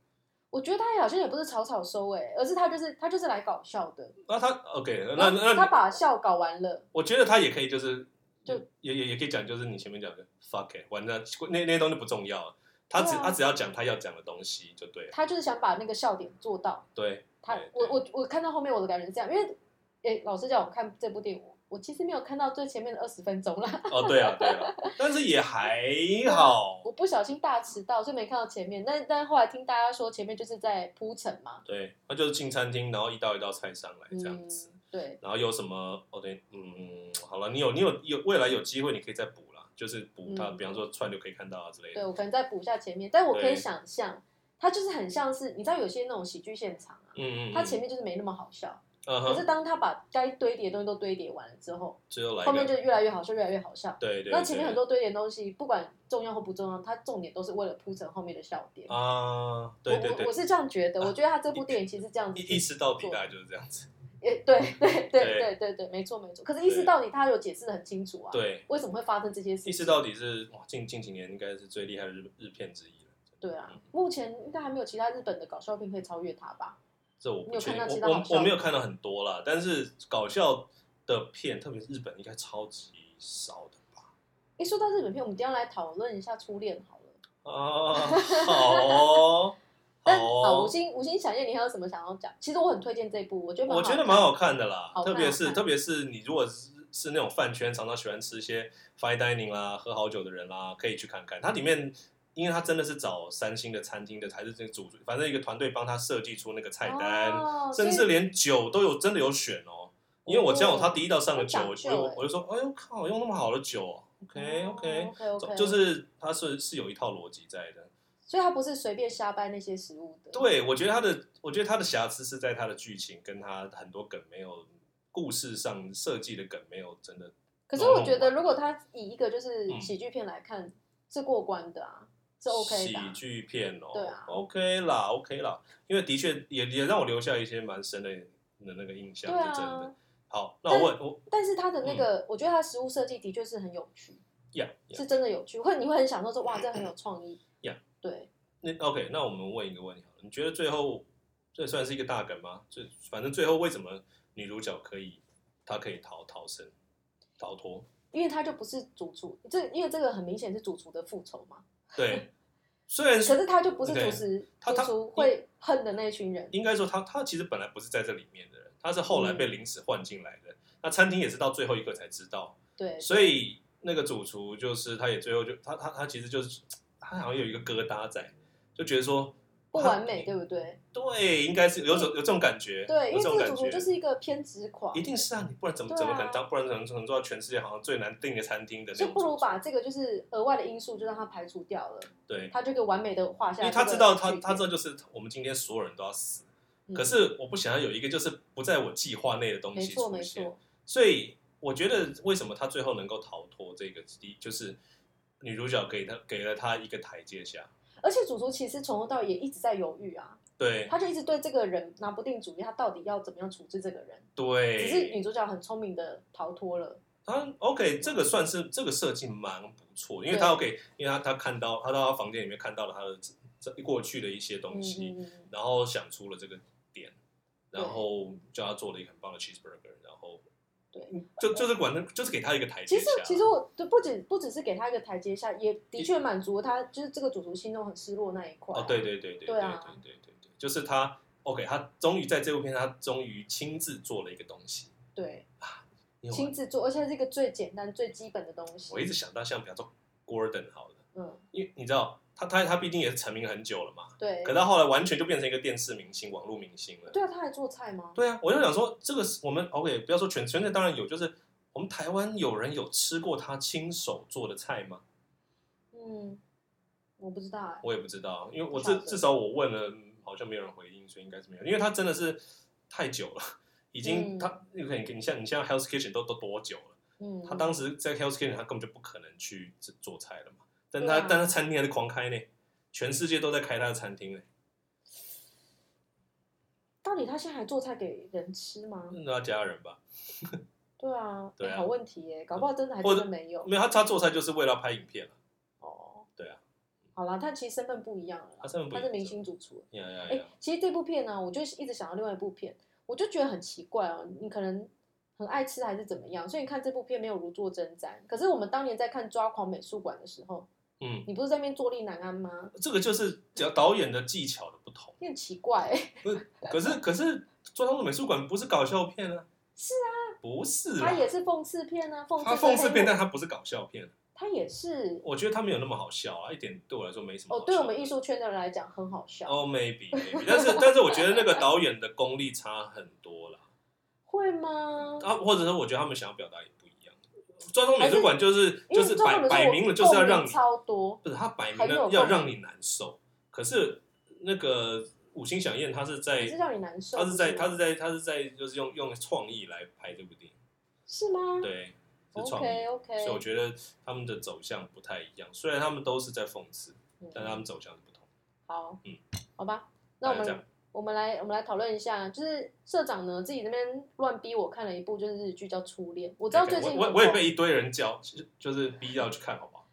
Speaker 1: 我觉得他好像也不是草草收尾，而是他就是他就是来搞笑的。
Speaker 2: 那他 OK，那那
Speaker 1: 他
Speaker 2: 那
Speaker 1: 把笑搞完了，
Speaker 2: 我觉得他也可以就是
Speaker 1: 就
Speaker 2: 也也也可以讲，就是你前面讲的 fuck it，完了那那些东西不重要了，他只、
Speaker 1: 对啊
Speaker 2: 他只要讲他要讲的东西就对了，
Speaker 1: 他就是想把那个笑点做到。
Speaker 2: 对，
Speaker 1: 他
Speaker 2: 对
Speaker 1: 我
Speaker 2: 对
Speaker 1: 我我看到后面我的感觉是这样，因为诶，老实讲，我看这部电影，我我其实没有看到最前面的二十分钟啦，
Speaker 2: 哦对啊对啊，但是也还好，
Speaker 1: 我不小心大迟到，所以没看到前面。但但后来听大家说前面就是在铺陈嘛，
Speaker 2: 对，他就是进餐厅，然后一道一道菜上来这样
Speaker 1: 嗯
Speaker 2: 子。，
Speaker 1: 对，
Speaker 2: 然后有什么哦对，嗯，好了，你有你有有未来有机会你可以再补啦，就是补它，
Speaker 1: 嗯
Speaker 2: 比方说串流可以看到啊之类
Speaker 1: 对
Speaker 2: 的。
Speaker 1: 我可能再补一下前面，但我可
Speaker 2: 对
Speaker 1: 以想象，他就是很像是你知道有些那种喜剧现场啊，
Speaker 2: 嗯嗯，
Speaker 1: 他前面就是没那么好笑，
Speaker 2: 嗯嗯
Speaker 1: 可是
Speaker 2: 哼，
Speaker 1: 当他把该堆叠的东西都堆叠完了之后，
Speaker 2: 最后来一
Speaker 1: 后面
Speaker 2: 个，
Speaker 1: 就越来越好笑，越来越好笑。
Speaker 2: 对对对，
Speaker 1: 那前面很多堆叠的东西，不管重要或不重要，它重点都是为了铺成后面的笑点。
Speaker 2: 啊，对对
Speaker 1: 我我
Speaker 2: 对
Speaker 1: 我，是这样觉得，
Speaker 2: 啊
Speaker 1: 我觉得他这部电影其实这样子
Speaker 2: 意意识到底大概就是这样子，
Speaker 1: 也对对对
Speaker 2: 对
Speaker 1: 对对对，没错没错。可是意识到底他有解释的很清楚啊，
Speaker 2: 对，
Speaker 1: 为什么会发生这些事情？
Speaker 2: 意识到底是哇，近近几年应该是最厉害的日日片之一了。嗯
Speaker 1: 对啊，目前应该还没有其他日本的搞笑片可以超越它吧？
Speaker 2: 这我
Speaker 1: 你
Speaker 2: 不
Speaker 1: 有
Speaker 2: 确定，
Speaker 1: 看到其他
Speaker 2: 我
Speaker 1: 好
Speaker 2: 我
Speaker 1: 笑
Speaker 2: 我
Speaker 1: 的
Speaker 2: 没有看到很多啦，但是搞笑的片，特别是日本，应该超级少的吧？
Speaker 1: 一说到日本片，我们一定要来讨论一下初恋好了。
Speaker 2: 啊，好哦，
Speaker 1: 但
Speaker 2: 好
Speaker 1: 好，
Speaker 2: 哦
Speaker 1: 五，星五星响夜，你还有什么想要讲？其实我很推荐这部，我觉得
Speaker 2: 我
Speaker 1: 好
Speaker 2: 觉得
Speaker 1: 看
Speaker 2: 蛮好看的啦，
Speaker 1: 好看
Speaker 2: 特别
Speaker 1: 好
Speaker 2: 是
Speaker 1: 看
Speaker 2: 特别是你如果是是那种饭圈常常喜欢吃一些 fine dining 啦、喝好酒的人啦，可以去看看。它里面，因为它真的是找三星的餐厅的，还是这个组，反正一个团队帮他设计出那个菜单，
Speaker 1: 哦、
Speaker 2: 甚至
Speaker 1: 所以
Speaker 2: 连酒都有真的有选哦。因为我这样，他第一道上的酒，
Speaker 1: 哦
Speaker 2: 我
Speaker 1: 讲究
Speaker 2: 就
Speaker 1: 欸
Speaker 2: 我就说，哎呦靠，用那么好的酒哦，OK
Speaker 1: 哦
Speaker 2: OK，
Speaker 1: OK OK，
Speaker 2: 就是它是是有一套逻辑在的。
Speaker 1: 所以他不是随便瞎掰那些食物的。
Speaker 2: 对，我觉得它的，我觉得它的瑕疵是在它的剧情跟它很多梗没有故事上设计的梗没有真的
Speaker 1: 可是我觉得，如果他以一个就是
Speaker 2: 嗯
Speaker 1: 喜剧片来看，是过关的啊，是 OK 的啊、
Speaker 2: 喜剧片哦，
Speaker 1: 对啊
Speaker 2: o k 啦 OK 啦，因为的确也也让我留下一些蛮深的的那个印象，
Speaker 1: 对
Speaker 2: 是真的
Speaker 1: 啊。。
Speaker 2: 好，那我问我
Speaker 1: 但是他的
Speaker 2: 嗯
Speaker 1: 那个，我觉得他食物设计的确是很有趣，
Speaker 2: 呀呀
Speaker 1: 是真的有趣，会你会很享受说哇，这很有创意。
Speaker 2: Yeah
Speaker 1: 对，
Speaker 2: 那 OK，那我们问一个问题好了，你觉得最后这算是一个大梗吗？最反正最后为什么女主角可以，她可以逃逃生、逃脱？
Speaker 1: 因为他就不是主厨，这因为这个很明显是主厨的复仇嘛。
Speaker 2: 对，虽然
Speaker 1: 可
Speaker 2: 说
Speaker 1: 是他就不是主
Speaker 2: OK，
Speaker 1: 持
Speaker 2: 他他
Speaker 1: 主厨会恨的那一群人。
Speaker 2: 应该说她她其实本来不是在这里面的人，她是后来
Speaker 1: 嗯
Speaker 2: 被临时换进来的。那餐厅也是到最后一刻才知道，
Speaker 1: 对，
Speaker 2: 所以那个主厨就是她也最后就她她她其实就是她好像有一个疙瘩在，就觉得说
Speaker 1: 不完美，
Speaker 2: 她
Speaker 1: 对不对？
Speaker 2: 对，应该是有种有这种感觉，
Speaker 1: 对，因
Speaker 2: 有
Speaker 1: 为
Speaker 2: 这
Speaker 1: 这
Speaker 2: 种
Speaker 1: 个
Speaker 2: 感
Speaker 1: 主厨
Speaker 2: 觉
Speaker 1: 就是一个偏执狂
Speaker 2: 一，定是啊，你不然怎么、
Speaker 1: 对啊
Speaker 2: 怎么可能当，不然怎么可能做到全世界好像最难订的餐厅的那
Speaker 1: 就
Speaker 2: 种？
Speaker 1: 不如把这个就是额外的因素就让他排除掉了，
Speaker 2: 对，
Speaker 1: 他就可以完美的画下
Speaker 2: 因
Speaker 1: 来
Speaker 2: 为
Speaker 1: 这个
Speaker 2: 他
Speaker 1: 句
Speaker 2: 知
Speaker 1: 点。
Speaker 2: 道他他知道就是我们今天所有人都要死，
Speaker 1: 嗯
Speaker 2: 可是我不想要有一个就是不在我计划内的东
Speaker 1: 没
Speaker 2: 西
Speaker 1: 错
Speaker 2: 出
Speaker 1: 没
Speaker 2: 现，
Speaker 1: 错，
Speaker 2: 所以我觉得为什么他最后能够逃脱这个第一就是女主角给他给了他一个台阶下，
Speaker 1: 而且主厨其实从头到尾也一直在犹豫啊，
Speaker 2: 对
Speaker 1: 他就一直对这个人拿不定主意，他到底要怎么样处置这个人。只是
Speaker 2: 对，
Speaker 1: 女主角很聪明的逃脱了，
Speaker 2: 他 OK 这个算是这个设计蛮不错，因为
Speaker 1: 对
Speaker 2: 他 OK，因为他他看到他到他房间里面看到了他的这这过去的一些
Speaker 1: 嗯
Speaker 2: 东西，
Speaker 1: 嗯嗯，
Speaker 2: 然后想出了这个点，
Speaker 1: 对
Speaker 2: 然后叫他做了一个很棒的 cheeseburger，然后
Speaker 1: 对，
Speaker 2: 就就是管他，就是给他一个台
Speaker 1: 其
Speaker 2: 阶
Speaker 1: 实
Speaker 2: 嗯下。，
Speaker 1: 其实我就不只不只是给他一个台阶下，也的确满足他，就是这个主厨心中很失落那一块、
Speaker 2: 哦，对，对对对
Speaker 1: 对啊
Speaker 2: 对对对对，就是他 OK，他终于在这部片，他终于亲自做了一个东西。
Speaker 1: 对，
Speaker 2: 因为
Speaker 1: 亲
Speaker 2: 我
Speaker 1: 自做，而且是一个最简单、最基本的东西。
Speaker 2: 我一直想到像比方说 Gordon 好了，
Speaker 1: 嗯，
Speaker 2: 因为你知道他他他毕竟也是成名很久了嘛，
Speaker 1: 对
Speaker 2: 可。到后来完全就变成一个电视明星、网络明星了。
Speaker 1: 对啊，他还做菜吗？
Speaker 2: 对啊，我就想说，这个是我们 OK，不要说全全台当然有，就是我们台湾有人有吃过他亲手做的菜吗？
Speaker 1: 嗯，我不知道哎、
Speaker 2: 我也不知道，因为我
Speaker 1: 不晓
Speaker 2: 至
Speaker 1: 得
Speaker 2: 至少我问了，嗯好像没有人回应，所以应该是没有，因为他真的是太久了，已经、
Speaker 1: 嗯
Speaker 2: 他你可以你像你像 Hell's Kitchen 都都多久了？
Speaker 1: 嗯，
Speaker 2: 他当时在 Hell's Kitchen 他根本就不可能去做做菜了嘛，但
Speaker 1: 对
Speaker 2: 他、
Speaker 1: 啊
Speaker 2: 但他餐厅还是狂开呢，全世界都在开他的餐厅呢，
Speaker 1: 到底他现在还做菜给人吃吗？
Speaker 2: 那他家人吧。
Speaker 1: 对啊，
Speaker 2: 对啊
Speaker 1: 哎好问题耶、搞不好真的还
Speaker 2: 或
Speaker 1: 真
Speaker 2: 者
Speaker 1: 的没有
Speaker 2: 没有他他做菜就是为了拍影片了，啊
Speaker 1: 哦。
Speaker 2: 对啊，
Speaker 1: 好啦，他其实身份不一样了啦，
Speaker 2: 他身份不一
Speaker 1: 他
Speaker 2: 样
Speaker 1: 是明星主厨。
Speaker 2: 呀呀
Speaker 1: 哎、
Speaker 2: 呀，
Speaker 1: 其实这部片呢、我就一直想到另外一部片，我就觉得很奇怪哦，你可能很爱吃还是怎么样，所以你看这部片没有如坐针毡。可是我们当年在看《抓狂美术馆》的时候，
Speaker 2: 嗯。
Speaker 1: 你不是在那边坐立难安吗？
Speaker 2: 这个就是导导演的技巧的不同。
Speaker 1: 你很奇怪、欸，
Speaker 2: 不是，可是可是《中央美术馆》不是搞笑片啊？
Speaker 1: 是
Speaker 2: 啊，不是
Speaker 1: 它
Speaker 2: 啊，
Speaker 1: 也是讽刺片啊，讽刺
Speaker 2: 他讽刺
Speaker 1: 黑
Speaker 2: 片，但
Speaker 1: 幕
Speaker 2: 他不是搞笑片。
Speaker 1: 它也是
Speaker 2: 我觉得他没有那么好笑啊，一点对我来说没什么
Speaker 1: 哦，
Speaker 2: 好笑的。
Speaker 1: 对我们艺术圈的人来讲很好笑，
Speaker 2: 哦、m a y b e maybe，但是但是我觉得那个导演的功力差很多啦。
Speaker 1: 会吗？
Speaker 2: 啊，或者说我觉得他们想要表达也不一样。《中央美术馆》就是
Speaker 1: 因
Speaker 2: 就
Speaker 1: 为
Speaker 2: 是
Speaker 1: 中国
Speaker 2: 摆
Speaker 1: 人
Speaker 2: 摆
Speaker 1: 说
Speaker 2: 明了就是要
Speaker 1: 共鸣
Speaker 2: 让你
Speaker 1: 超多，
Speaker 2: 不是他摆明
Speaker 1: 很有
Speaker 2: 了
Speaker 1: 共
Speaker 2: 要
Speaker 1: 鸣
Speaker 2: 让你难受，可是那个五星响宴它是
Speaker 1: 只
Speaker 2: 在
Speaker 1: 是让你难受。
Speaker 2: 它是在
Speaker 1: 不
Speaker 2: 它是在它是在就是用用创意来拍这部电影，
Speaker 1: 是吗？
Speaker 2: 对，是创意
Speaker 1: OK
Speaker 2: 所以我
Speaker 1: OK，
Speaker 2: 觉得他们的走向不太一样，虽然他们都是在讽刺，但他们走向是不同。
Speaker 1: 嗯好，
Speaker 2: 嗯，
Speaker 1: 好吧，那我
Speaker 2: 大概这
Speaker 1: 们
Speaker 2: 样
Speaker 1: 我们来我们来讨论一下，就是社长呢自己那边乱逼我看了一部就是日剧叫《初恋》，我知道最近
Speaker 2: 哎我
Speaker 1: 很
Speaker 2: 我我也
Speaker 1: 红
Speaker 2: 被一堆人叫，就是就是逼要去看，好不好？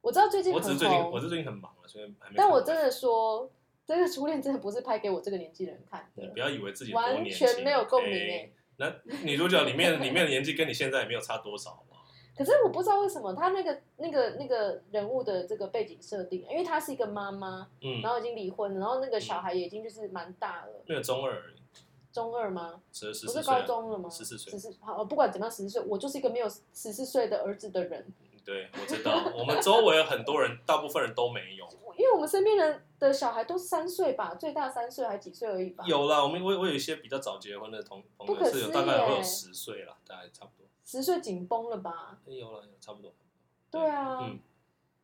Speaker 1: 我知道最近
Speaker 2: 我
Speaker 1: 很
Speaker 2: 只是最近
Speaker 1: 红
Speaker 2: 我是最近很忙了，所以还没看完。
Speaker 1: 但我真的说，这个初恋真的不是拍给我这个年纪的人看
Speaker 2: 你
Speaker 1: 的
Speaker 2: 不，要以为自己多
Speaker 1: 完
Speaker 2: 年
Speaker 1: 全
Speaker 2: 轻
Speaker 1: 没有共鸣哎、
Speaker 2: 哎那女主角里面里面的年纪跟你现在也没有差多少，好不好？
Speaker 1: 可是我不知道为什么他那个那个那个人物的这个背景设定，因为她是一个妈妈，
Speaker 2: 嗯
Speaker 1: 然，后已经离婚了，然后那个小孩也已经就是蛮大了，
Speaker 2: 那个中二而已，
Speaker 1: 中二吗？
Speaker 2: 十二十
Speaker 1: 不
Speaker 2: 四
Speaker 1: 是
Speaker 2: 岁
Speaker 1: 高
Speaker 2: 啊，
Speaker 1: 中了吗？
Speaker 2: 14岁
Speaker 1: 十四好，哦不管怎么样，十四岁，我就是一个没有十四岁的儿子的人，
Speaker 2: 对，我知道，我们周围很多人，大部分人都没有。
Speaker 1: 我因为我们身边人的小孩都三岁吧，最大三岁还几岁而已吧。
Speaker 2: 有啦，我们我我有一些比较早结婚的同朋
Speaker 1: 不可
Speaker 2: 友
Speaker 1: 思
Speaker 2: 是
Speaker 1: 议
Speaker 2: 有大概会有
Speaker 1: 耶
Speaker 2: 十岁啦，大概差不多。
Speaker 1: 十岁紧绷了吧？
Speaker 2: 哎有了，有差不多。
Speaker 1: 对啊，
Speaker 2: 嗯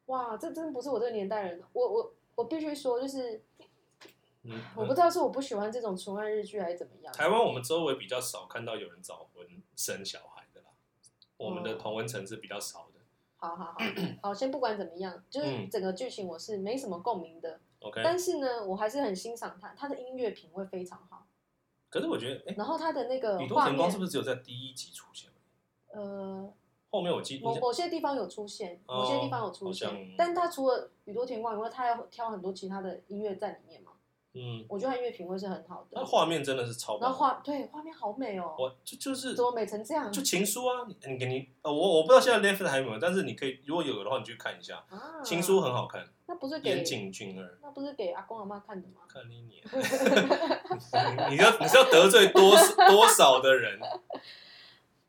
Speaker 1: 哇，这真的不是我这个年代人。我我我必须说，就是
Speaker 2: 嗯，
Speaker 1: 我不知道是我不喜欢这种纯爱日剧还是怎么样。
Speaker 2: 台湾我们周围比较少看到有人早婚生小孩的啦，我们的
Speaker 1: 哦
Speaker 2: 同温层是比较少的。
Speaker 1: 好好好好，先不管怎么样，就是
Speaker 2: 嗯
Speaker 1: 整个剧情我是没什么共鸣的，
Speaker 2: OK，
Speaker 1: 但是呢，我还是很欣赏他，他的音乐品味非常好，
Speaker 2: 可是我觉得，哎、
Speaker 1: 然后他的那个
Speaker 2: 宇多
Speaker 1: 画
Speaker 2: 田光
Speaker 1: 面
Speaker 2: 是，不是只有在第一集出现？
Speaker 1: 呃，
Speaker 2: 后面我记印
Speaker 1: 某
Speaker 2: 象
Speaker 1: 某些地方有出现，
Speaker 2: 哦
Speaker 1: 某些地方有出
Speaker 2: 好
Speaker 1: 现
Speaker 2: 像，
Speaker 1: 但他除了宇多田光以外，他要挑很多其他的音乐在里面嘛。
Speaker 2: 嗯，
Speaker 1: 我觉得他音乐品味是很好的
Speaker 2: 那，画面真的是超棒。
Speaker 1: 然后画对画面好美哦，
Speaker 2: 我就就是
Speaker 1: 怎么美成这样
Speaker 2: 就情书啊，你你给你呃，我我不知道现在 Left 还有没有，但是你可以如果有的话，你去看一下，
Speaker 1: 啊？
Speaker 2: 《情书》很好看，
Speaker 1: 那不是
Speaker 2: 岩
Speaker 1: 给
Speaker 2: 井俊二。
Speaker 1: 那不是给阿公阿妈看的吗？
Speaker 2: 看你你， 你要你是要得罪多多少的人？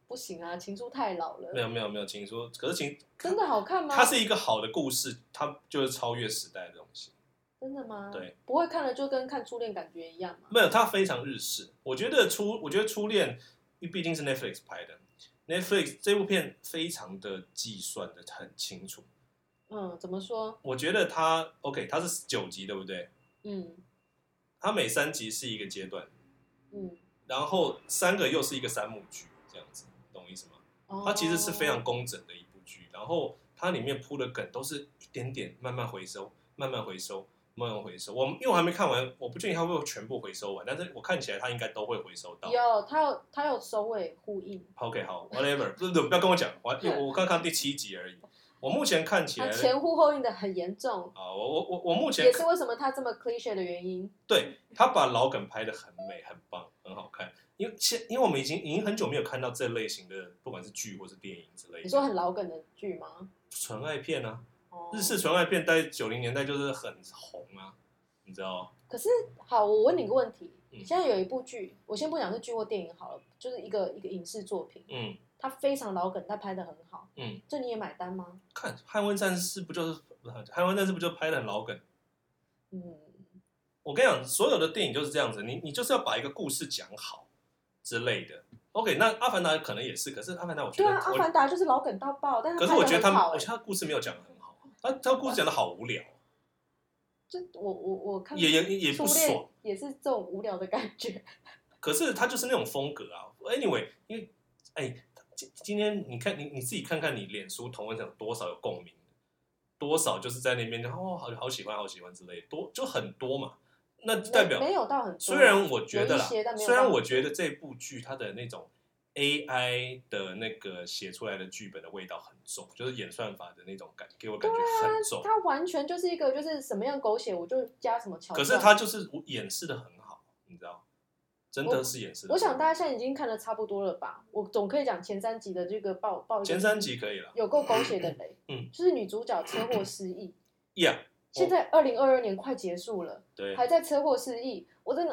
Speaker 1: 不行啊，情书太老了，
Speaker 2: 没有没有没有，情书可是情
Speaker 1: 真的好看吗？
Speaker 2: 它是一个好的故事，它就是超越时代的东西。
Speaker 1: 真的吗？
Speaker 2: 对，
Speaker 1: 不会看了就跟看初恋感觉一样吗？
Speaker 2: 没有，它非常日式。我觉得初，我觉得初恋，因为毕竟是 Netflix 拍的，Netflix 这部片非常的计算的很清楚。
Speaker 1: 嗯，怎么说？
Speaker 2: 我觉得它 OK，它是九集对不对？
Speaker 1: 嗯
Speaker 2: 它每三集是一个阶段，
Speaker 1: 嗯，
Speaker 2: 然后三个又是一个三幕剧，这样子，懂我意思吗？
Speaker 1: 哦
Speaker 2: 它其实是非常工整的一部剧，然后它里面铺的梗都是一点点慢慢回收，慢慢回收，慢慢回收。我们因为我还没看完，我不确定它会不会全部回收完，但是我看起来它应该都会回收到。
Speaker 1: 有，他有他有首尾呼应，
Speaker 2: OK，好，whatever，不是不要跟我讲，我我刚看第七集而已。我目前看起
Speaker 1: 他
Speaker 2: 来，
Speaker 1: 啊前呼后应的很严重，
Speaker 2: 啊，我我我我目前
Speaker 1: 也是为什么他这么 cliche 的原因。
Speaker 2: 对他把老梗拍的很美、很棒、很好看。因为现因为我们已经已经很久没有看到这类型的，不管是剧或是电影之类
Speaker 1: 你说
Speaker 2: 的
Speaker 1: 很老梗的剧吗？
Speaker 2: 纯爱片啊，
Speaker 1: 哦
Speaker 2: 日式纯爱片在九零年代就是很红啊，你知道？
Speaker 1: 可是好，我问你一个问题，
Speaker 2: 嗯
Speaker 1: 现在有一部剧，我先不讲是剧或电影好了，就是一个一个影视作品，
Speaker 2: 嗯
Speaker 1: 它非常老梗，但拍的很好，
Speaker 2: 嗯，
Speaker 1: 这你也买单吗？
Speaker 2: 看《捍卫战士》不就是《捍卫战士》不就拍的很老梗？
Speaker 1: 嗯，
Speaker 2: 我跟你讲，所有的电影就是这样子，你你就是要把一个故事讲好之类的。OK，那《阿凡达》可能也是，可是《阿凡达》我觉
Speaker 1: 对
Speaker 2: 得
Speaker 1: 啊，《阿
Speaker 2: 我
Speaker 1: 凡达》就是老梗到爆，但
Speaker 2: 可
Speaker 1: 是
Speaker 2: 是
Speaker 1: 拍
Speaker 2: 我
Speaker 1: 的
Speaker 2: 觉
Speaker 1: 很
Speaker 2: 得他们，
Speaker 1: 好、啊
Speaker 2: 我
Speaker 1: 欸。
Speaker 2: 觉得他故事没有讲的很好，他他故事讲的好无聊，
Speaker 1: 这我我我看
Speaker 2: 也也也
Speaker 1: 初
Speaker 2: 不爽
Speaker 1: 恋。也是这种无聊的感 觉。
Speaker 2: 可是他就是那种风格啊。Anyway，因为哎，今今天你看你你自己看看你脸书同文层有多少有共鸣，多少就是在那边就哦好好喜欢好喜欢之类的，多就很多嘛。那代表
Speaker 1: 没没有到很多，
Speaker 2: 虽然我觉得啦
Speaker 1: 有一些但，没有
Speaker 2: 虽然
Speaker 1: 到
Speaker 2: 我觉得这部剧它的那种 AI 的那个写出来的剧本的味道很重，就是演算法的那种感，给我感觉
Speaker 1: 啊
Speaker 2: 很重。
Speaker 1: 它完全就是一个就是什么样狗血我就加什么桥
Speaker 2: 可
Speaker 1: 段。
Speaker 2: 是他就是掩饰的很好，你知道，真的是掩饰得
Speaker 1: 我
Speaker 2: 很好。
Speaker 1: 想大家现在已经看的差不多了吧？我总可以讲前三集的这个爆爆一个
Speaker 2: 前三集可以了
Speaker 1: 有够狗血的雷，
Speaker 2: 嗯，
Speaker 1: 就是女主角车祸失 忆，
Speaker 2: ，Yeah，
Speaker 1: 现在二零二二年快结束了，
Speaker 2: 对
Speaker 1: 还在车祸失忆，我真的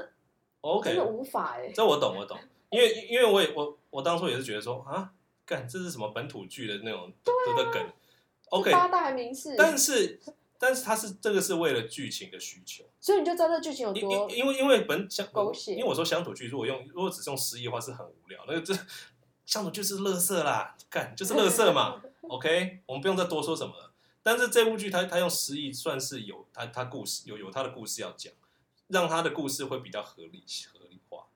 Speaker 1: 我真
Speaker 2: ，OK，
Speaker 1: 的无法哎、
Speaker 2: 这我懂，我懂，因为因为我也我我当初也是觉得说啊，干这是什么本土剧的那种的的梗，OK，
Speaker 1: 这啊八大还明示，
Speaker 2: 但是但是它是这个是为了剧情的需求。
Speaker 1: 所以你就知道这剧情有
Speaker 2: 因
Speaker 1: 多
Speaker 2: 因因为因为本乡
Speaker 1: 狗血
Speaker 2: 因为我说乡土剧，如果用如果只是用诗意的话是很无聊，那个这乡土剧是乐色啦，干就是乐色嘛，OK，我们不用再多说什么了。但是这部剧它它用诗意算是有它它故事有有它的故事要讲，让他的故事会比较合理合理化，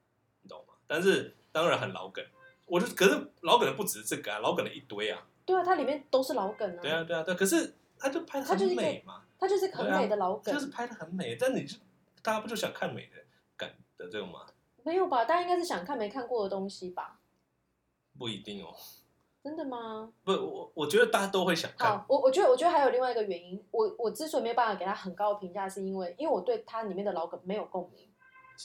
Speaker 2: 你懂吗？但是当然很老梗，我就可是老梗的不只是这个啊，老梗的一堆啊，
Speaker 1: 对啊，它里面都是老梗啊，
Speaker 2: 对啊对啊对啊可是他就拍的很
Speaker 1: 它就是一个
Speaker 2: 美嘛，
Speaker 1: 它就是很美的老梗，
Speaker 2: 就是拍的很美，但你就大家不就想看美的感的这种吗？
Speaker 1: 没有吧？大家应该是想看没看过的东西吧？
Speaker 2: 不一定哦，
Speaker 1: 真的吗？
Speaker 2: 不，我我觉得大家都会想看，
Speaker 1: 好，我我觉得我觉得还有另外一个原因，我我之所以没有办法给他很高的评价，是因为因为我对它里面的老梗没有共鸣。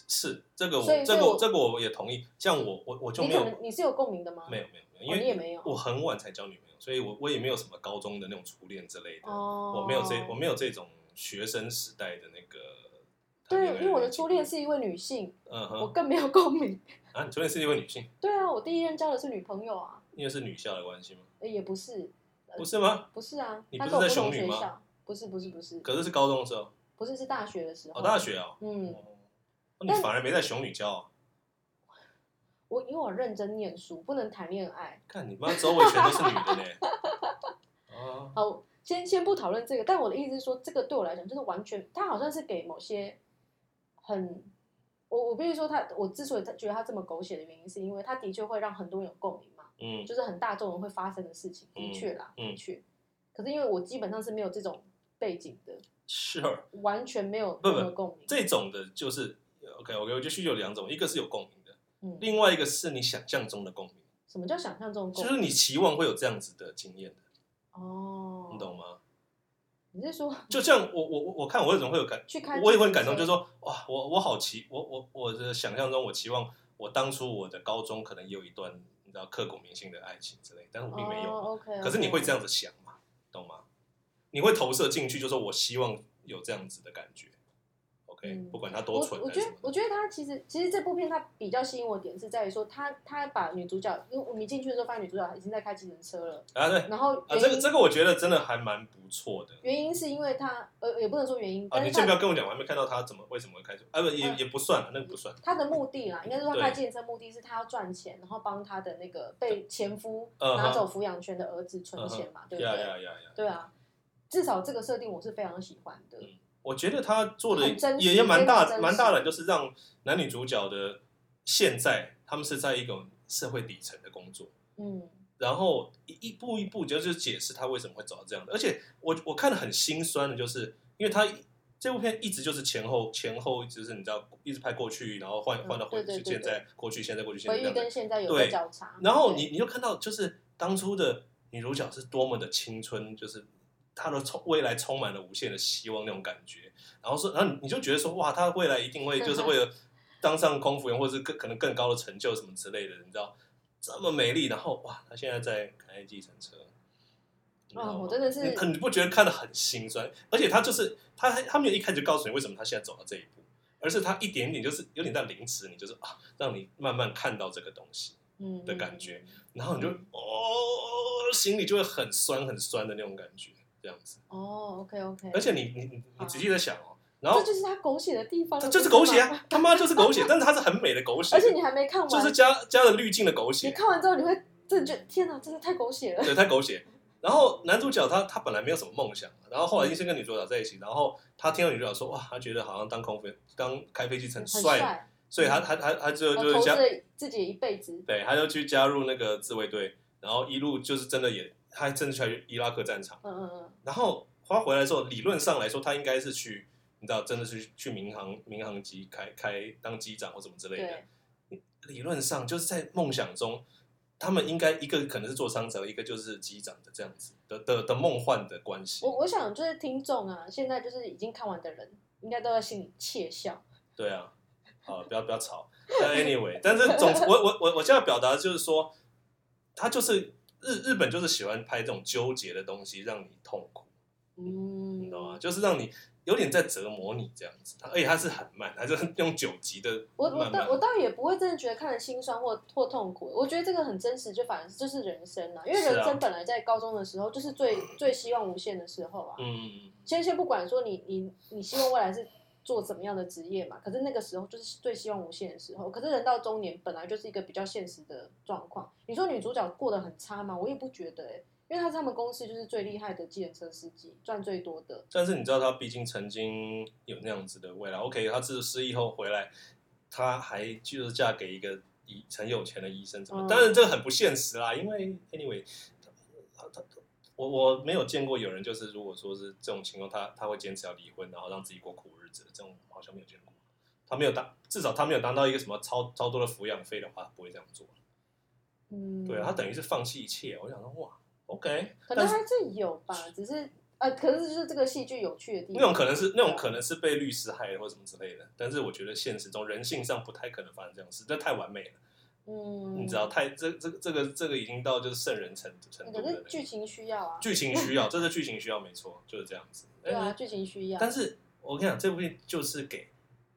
Speaker 2: 是这个我
Speaker 1: 所以
Speaker 2: 这
Speaker 1: 所
Speaker 2: 个
Speaker 1: 以
Speaker 2: 我
Speaker 1: 我
Speaker 2: 这个我也同意，像我我我就
Speaker 1: 你
Speaker 2: 没
Speaker 1: 可
Speaker 2: 有
Speaker 1: 能你是有共鸣的吗？
Speaker 2: 没有没有没有，因
Speaker 1: 哦，
Speaker 2: 为
Speaker 1: 你也没有
Speaker 2: 我很晚才交女朋友，所以我我也没有什么高中的那种初恋之类的，
Speaker 1: 哦，
Speaker 2: 我没有这我没有这种学生时代的那个谈恋爱
Speaker 1: 对，因为我的
Speaker 2: 经
Speaker 1: 初恋
Speaker 2: 历
Speaker 1: 是一位女性，
Speaker 2: 嗯
Speaker 1: 我
Speaker 2: 哼
Speaker 1: 更没有共鸣。
Speaker 2: 啊，你初恋是一位女性，
Speaker 1: 对啊，我第一任交的是女朋友啊，
Speaker 2: 因为是女校的关系吗？
Speaker 1: 呃也不是，
Speaker 2: 不是吗？
Speaker 1: 不是啊，
Speaker 2: 你
Speaker 1: 她
Speaker 2: 不是
Speaker 1: 跟我
Speaker 2: 在
Speaker 1: 不
Speaker 2: 雄
Speaker 1: 同
Speaker 2: 女
Speaker 1: 学
Speaker 2: 吗
Speaker 1: 校，不是不是不是，
Speaker 2: 可是是高中的时候，
Speaker 1: 不是是大学的时候。
Speaker 2: 哦，大。学哦，
Speaker 1: 嗯，
Speaker 2: 哦你
Speaker 1: 但
Speaker 2: 反而没在雄女校哦，
Speaker 1: 我因为我认真念书，不能谈恋爱。
Speaker 2: 看你妈周围全都是女的呢，哦，
Speaker 1: 好，先先不讨论这个，但我的意思是说，这个对我来讲就是完全，他好像是给某些很，我我必须说他，我之所以他觉得他这么狗血的原因，是因为他的确会让很多人有共鸣嘛，
Speaker 2: 嗯
Speaker 1: 就是很大众人会发生的事情，的确啦，
Speaker 2: 嗯嗯
Speaker 1: 的确。可是因为我基本上是没有这种背景的，
Speaker 2: ，sure，
Speaker 1: 完全没有
Speaker 2: 不
Speaker 1: 任
Speaker 2: 不
Speaker 1: 何共鸣。
Speaker 2: 哦这种的就是 OK，我我觉得需求有两种，一个是有共鸣的，
Speaker 1: 嗯，
Speaker 2: 另外一个是你想象中的共鸣，
Speaker 1: 什么叫想象中的共
Speaker 2: 就是
Speaker 1: 鸣？
Speaker 2: 你期望会有这样子的经验的，
Speaker 1: 哦，
Speaker 2: 你懂？吗？
Speaker 1: 你是说
Speaker 2: 就像我我我我看我为什么会有感，
Speaker 1: 去看？
Speaker 2: 我也会很感动，就是，说哇，我我好期，我我我的想象中，我期望我当初我的高中可能也有一段你知道刻骨铭心的爱情之类，但是我并没有。
Speaker 1: 哦、OK，
Speaker 2: 可是你会这
Speaker 1: 样，
Speaker 2: 样子想嘛，懂吗？你会投射进去，就说我希望有这样子的感觉。OK，、
Speaker 1: 嗯
Speaker 2: 不管它多
Speaker 1: 我
Speaker 2: 蠢
Speaker 1: 我
Speaker 2: 还
Speaker 1: 觉
Speaker 2: 是
Speaker 1: 得
Speaker 2: 什么
Speaker 1: 我
Speaker 2: 的，
Speaker 1: 觉得他其实其实这部片它比较吸引我的点是在于说他他把女主角，因为你进去的时候发现女主角已经在开计程车了，
Speaker 2: 啊对
Speaker 1: 然后
Speaker 2: 啊，
Speaker 1: 原
Speaker 2: 这
Speaker 1: 因、
Speaker 2: 个这个我觉得真的还蛮不错的。
Speaker 1: 原因是因为他呃也不能说原因，
Speaker 2: 啊，
Speaker 1: 但
Speaker 2: 你
Speaker 1: 是
Speaker 2: 先不
Speaker 1: 他
Speaker 2: 要跟我讲，我还没看到他怎么为什么会开始，啊不也
Speaker 1: 嗯
Speaker 2: 也不算了，那个不算。
Speaker 1: 他的目的啦，应该是说
Speaker 2: 对
Speaker 1: 他开计程车目的是他要赚钱，然后帮他的那个被前夫
Speaker 2: 嗯哼嗯
Speaker 1: 拿走抚养权的儿子存钱嘛，对不
Speaker 2: 呀
Speaker 1: 对
Speaker 2: 呀呀呀！
Speaker 1: 对啊，至少这个设定我是非常喜欢的。
Speaker 2: 嗯我觉得他做的
Speaker 1: 很真实
Speaker 2: 也也蛮
Speaker 1: 非常
Speaker 2: 大
Speaker 1: 真实
Speaker 2: 蛮大的，就是让男女主角的现在他们是在一种社会底层的工作，
Speaker 1: 嗯，
Speaker 2: 然后一一步一步就是解释他为什么会走到这样的。而且我我看的很心酸的，就是因为他这部片一直就是前后前后，就是你知道一直拍过去，然后换
Speaker 1: 嗯
Speaker 2: 换到回
Speaker 1: 对对对
Speaker 2: 现在过去现在过去现在
Speaker 1: 回
Speaker 2: 这
Speaker 1: 忆
Speaker 2: 样
Speaker 1: 跟
Speaker 2: 子。
Speaker 1: 现在有
Speaker 2: 对
Speaker 1: 个交叉，
Speaker 2: 然后
Speaker 1: 啊对
Speaker 2: 你你就看到就是当初的女主角是多么的青春，就是她的充未来充满了无限的希望那种感觉。然后说，然后你你就觉得说，哇，她未来一定会
Speaker 1: 啊
Speaker 2: 就是为了当上空服员，或者是更可能更高的成就什么之类的，你知道这么美丽。然后哇，她现在在开计程车。
Speaker 1: 嗯
Speaker 2: 你知道吗
Speaker 1: 哦我真的是
Speaker 2: 哦你很你不觉得看得很心酸？而且她就是她，她没有一开始就告诉你为什么她现在走到这一步，而是她一点点就是有点在凌迟你，就是啊，让你慢慢看到这个东西。
Speaker 1: 嗯
Speaker 2: 的感觉，
Speaker 1: 嗯
Speaker 2: 然后你就哦，心里就会很酸很酸的那种感觉，这样子。
Speaker 1: 哦，OK OK，
Speaker 2: 而且你你你你
Speaker 1: 好
Speaker 2: 仔细在想哦，然后
Speaker 1: 这就是他狗血的地方，
Speaker 2: 它就是
Speaker 1: 不
Speaker 2: 狗
Speaker 1: 吗
Speaker 2: 血啊，他妈就是狗血，但是它是很美的狗血，
Speaker 1: 而且你还没看完，
Speaker 2: 就是加加了滤镜的狗
Speaker 1: 你
Speaker 2: 血，
Speaker 1: 看完之后你会真的觉得天哪，真的太狗血了。
Speaker 2: 对，太狗血。然后男主角他他本来没有什么梦想，然后后来先跟女主角在一起，然后他听到女主角说哇，他觉得好像当空服员当开飞机很
Speaker 1: 很
Speaker 2: 帅，
Speaker 1: 帅，
Speaker 2: 所以他他他他就
Speaker 1: 然后
Speaker 2: 就是
Speaker 1: 投资
Speaker 2: 加
Speaker 1: 了自己一辈子，
Speaker 2: 对，他就去加入那个自卫队，然后一路就是真的也他真的去伊拉克战场。
Speaker 1: 嗯嗯嗯，
Speaker 2: 然后花回来之后，理论上来说，他应该是去，你知道，真的是去民航民航机开开当机长或什么之类的。
Speaker 1: 对，
Speaker 2: 理论上就是在梦想中，他们应该一个可能是做商长，一个就是机长的这样子的的的梦幻的关系
Speaker 1: 我。我想就是听众啊，现在就是已经看完的人，应该都在心里窃笑。
Speaker 2: 对啊，好，不要不要吵。但 anyway，但是总之，我我我我现在表达的就是说，他就是日日本就是喜欢拍这种纠结的东西，让你痛苦。
Speaker 1: 嗯，
Speaker 2: 你懂吗？？啊就是让你有点在折磨你这样子，它而且它是很慢，它就是用九级的
Speaker 1: 我
Speaker 2: 慢慢
Speaker 1: 我倒我倒也不会真的觉得看了心酸或或痛苦，我觉得这个很真实，就反而是就是人生啦，因为
Speaker 2: 是啊
Speaker 1: 人生本来在高中的时候就是最最希望无限的时候啊。
Speaker 2: 嗯，
Speaker 1: 先先不管说你你你希望未来是做怎么样的职业嘛，可是那个时候就是最希望无限的时候。可是人到中年本来就是一个比较现实的状况。你说女主角过得很差吗？我也不觉得、欸，因为他是他们公司就是最厉害的计程车司机，赚最多的。
Speaker 2: 但是你知道他毕竟曾经有那样子的未来，OK，他自失忆后回来，他还就是嫁给一个医很有钱的医生，怎
Speaker 1: 嗯
Speaker 2: 么？当然这个很不现实啊啦，因为 anyway，他他他我我没有见过有人就是如果说是这种情况，他他会坚持要离婚，然后让自己过苦日子，这种我好像没有见过。他没有当，至少他没有当到一个什么超超多的抚养费的话，他不会这样做。
Speaker 1: 嗯，
Speaker 2: 对啊，他等于是放弃一切。我想说，哇，OK，
Speaker 1: 可能
Speaker 2: 但是
Speaker 1: 还是有吧，只是呃，可是就是这个戏剧有趣的地方。
Speaker 2: 那种可能是那种可
Speaker 1: 能
Speaker 2: 能是被律师害的或什么之类的，但是我觉得现实中人性上不太可能发生这样的事，这太完美了，
Speaker 1: 嗯，
Speaker 2: 你知道，太这这这个这个已经到就是圣人程程度
Speaker 1: 可
Speaker 2: 了
Speaker 1: 是。剧情需要啊，
Speaker 2: 剧情需要，这是剧情需要，没错，就是这样子。
Speaker 1: 对啊，
Speaker 2: 但是
Speaker 1: 剧情需要。
Speaker 2: 但是我跟你讲，这部剧就是给，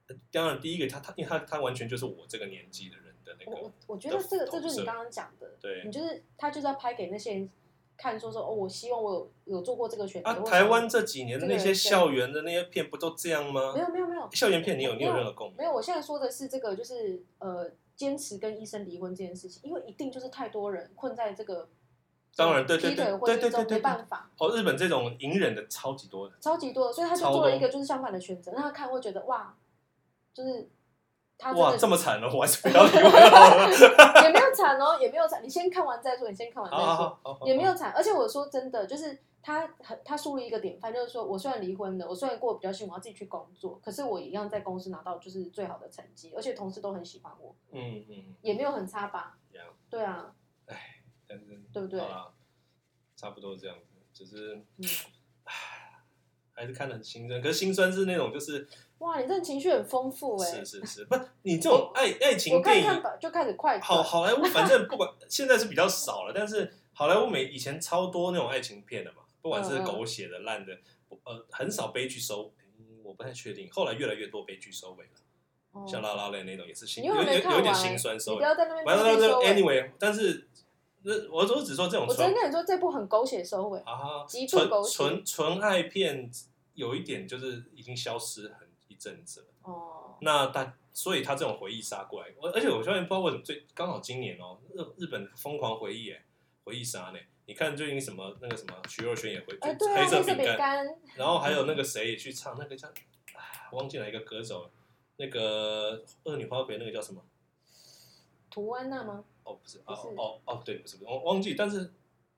Speaker 2: 呃当然第一个他他因为他他完全就是我这个年纪的人的那
Speaker 1: 我
Speaker 2: 个
Speaker 1: 我我觉得这个
Speaker 2: 投
Speaker 1: 这就是
Speaker 2: 射
Speaker 1: 你刚刚讲的，你
Speaker 2: 对
Speaker 1: 就是他就是要拍给那些人看，说说哦，我希望我有有做过这个选择。
Speaker 2: 啊，
Speaker 1: 或者
Speaker 2: 台湾这几年的那
Speaker 1: 这个
Speaker 2: 些
Speaker 1: 人
Speaker 2: 校园的那些片不都这样吗
Speaker 1: 没？有没有没有
Speaker 2: 校园片你有你有
Speaker 1: 没有
Speaker 2: 任何共鸣？
Speaker 1: 没有，我现在说的是这个，就是呃，坚持跟医生离婚这件事情，因为一定就是太多人困在这个
Speaker 2: 当然对对
Speaker 1: 劈腿
Speaker 2: 对
Speaker 1: 婚
Speaker 2: 对对
Speaker 1: 姻
Speaker 2: 对
Speaker 1: 中
Speaker 2: 对
Speaker 1: 没办法，
Speaker 2: 哦，日本这种隐忍的超级多的。
Speaker 1: 超级多的，所以他就
Speaker 2: 超
Speaker 1: 做了
Speaker 2: 多
Speaker 1: 一个就是相反的选择，让他看会觉得哇，就是他啊真
Speaker 2: 哇，
Speaker 1: 的
Speaker 2: 这么惨哦了，我还是不要离 婚好了。
Speaker 1: 也没有惨哦，也没有惨，你先看完再说，你先看完再
Speaker 2: 好
Speaker 1: 说，
Speaker 2: 好好好好，
Speaker 1: 也没有惨。而且我说真的，就是他很他树立一个典范，就是说我虽然离婚了，我虽然过得比较幸福，我要自己去工作，可是我一样在公司拿到就是最好的成绩，而且同事都很喜欢我，
Speaker 2: 嗯，嗯嗯，
Speaker 1: 也没有很差吧
Speaker 2: Yeah.？
Speaker 1: 对啊，
Speaker 2: 但是
Speaker 1: 对不对
Speaker 2: 好？啦，差不多这样子，只是
Speaker 1: 嗯，
Speaker 2: 还是看得很心酸。可是心酸是那种，就是
Speaker 1: 哇，你这情绪很丰富哎、
Speaker 2: 是是是，不，你这种爱爱情
Speaker 1: 我看
Speaker 2: 电
Speaker 1: 一看
Speaker 2: 影，
Speaker 1: 吧，就开始快转
Speaker 2: 好好 莱坞反正不管现在是比较少了，但是好莱坞每以前超多那种爱情片的嘛，不管是
Speaker 1: 嗯嗯
Speaker 2: 狗血的、烂的，呃，很少悲剧收。嗯我不太确定，后来越来越多悲剧收尾了，
Speaker 1: 哦
Speaker 2: 像《拉拉类》那种也是心
Speaker 1: 你
Speaker 2: 有
Speaker 1: 又还
Speaker 2: 有
Speaker 1: 没看
Speaker 2: 有
Speaker 1: 完
Speaker 2: 一点心酸收
Speaker 1: 你
Speaker 2: 尾
Speaker 1: 不。要在那边
Speaker 2: 反正
Speaker 1: 逼自己
Speaker 2: 就
Speaker 1: 收尾
Speaker 2: anyway，但是那我都只说这种
Speaker 1: 我只
Speaker 2: 纯
Speaker 1: 能跟你说，这部很狗血收尾，
Speaker 2: 啊
Speaker 1: 极度
Speaker 2: 纯
Speaker 1: 狗血
Speaker 2: 纯纯爱片，有一点就是已经消失很一阵子了。
Speaker 1: 哦，
Speaker 2: 那大所以他这种回忆杀过来，我而且我发现不知道为什么最刚好今年哦，日日本疯狂回忆哎，回忆杀呢。你看最近什么那个什么徐若瑄也回、
Speaker 1: 哎，对啊，
Speaker 2: 黑色
Speaker 1: 黑色饼
Speaker 2: 干，
Speaker 1: 干，
Speaker 2: 然后还有那个谁也去唱那个叫，啊忘记哪一个歌手了，那个恶女花魁那个叫什么？
Speaker 1: 图安娜吗？
Speaker 2: 哦，不是，
Speaker 1: 不
Speaker 2: 哦
Speaker 1: 是
Speaker 2: 哦哦，对，不是，不是，我忘记，但是，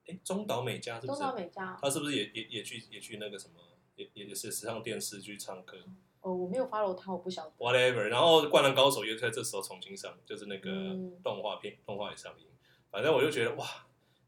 Speaker 2: 哎，中岛美嘉是不
Speaker 1: 东
Speaker 2: 是？
Speaker 1: 岛美嘉，
Speaker 2: 她是不是也也也去也去那个什么，也也也是时尚电视去唱歌
Speaker 1: 哦，我没有 follow 他，我不晓得。
Speaker 2: ，whatever。然后《灌篮高手》又在这时候重新上，就是那个
Speaker 1: 嗯
Speaker 2: 动画片，动画也上映。反正我就觉得哇，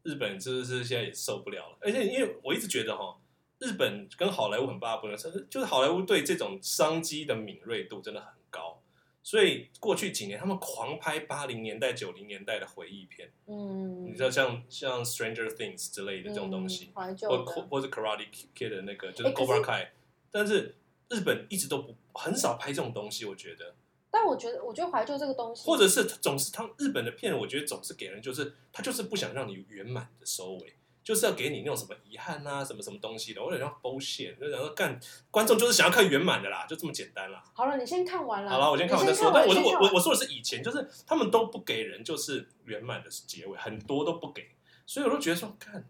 Speaker 2: 日本真的是现在也受不了了。而且因为我一直觉得哈，日本跟好莱坞很巴不得，就是好莱坞对这种商机的敏锐度真的很高。所以过去几年，他们狂拍八零年代、九零年代的回忆片。
Speaker 1: 嗯，
Speaker 2: 你知道像像 Stranger Things 之类的这种东西
Speaker 1: 嗯，怀旧
Speaker 2: 或
Speaker 1: 的
Speaker 2: 或或是 Karate Kid 的那个就是
Speaker 1: 诶可是
Speaker 2: Cobra Kai，但是日本一直都不很少拍这种东西，我觉得，
Speaker 1: 但我觉得，我觉得怀旧这个东西，
Speaker 2: 或者是总是他日本的片，我觉得总是给人就是他就是不想让你圆满的收尾。就是要给你那种什么遗憾啊，什么什么东西的，我有点像 bullshit，就想说干观众就是想要看圆满的啦，就这么简单啦。
Speaker 1: 好了，你先看完了。
Speaker 2: 好了，我先看完
Speaker 1: 你
Speaker 2: 再
Speaker 1: 先
Speaker 2: 说。
Speaker 1: 看
Speaker 2: 但
Speaker 1: 完
Speaker 2: 我是我
Speaker 1: 先看
Speaker 2: 我
Speaker 1: 完
Speaker 2: 我说的是以前，就是他们都不给人就是圆满的结尾，很多都不给，所以我就觉得说，看，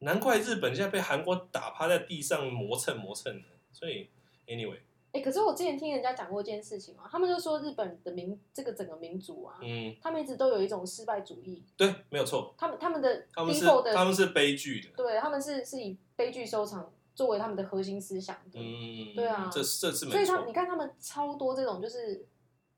Speaker 2: 难怪日本现在被韩国打趴在地上磨蹭磨蹭的。所以，anyway，
Speaker 1: 哎，可是我之前听人家讲过一件事情啊，他们就说日本的民这个整个民族啊，
Speaker 2: 嗯，
Speaker 1: 他们一直都有一种失败主义，
Speaker 2: 对，没有错，
Speaker 1: 他们他们的
Speaker 2: 他们是
Speaker 1: default 的
Speaker 2: 他们是悲剧的，
Speaker 1: 对，他们是是以悲剧收场作为他们的核心思想的，
Speaker 2: 嗯，
Speaker 1: 对啊
Speaker 2: 这这是
Speaker 1: 所
Speaker 2: 没
Speaker 1: 以他
Speaker 2: 错
Speaker 1: 你，看他们超多这种就是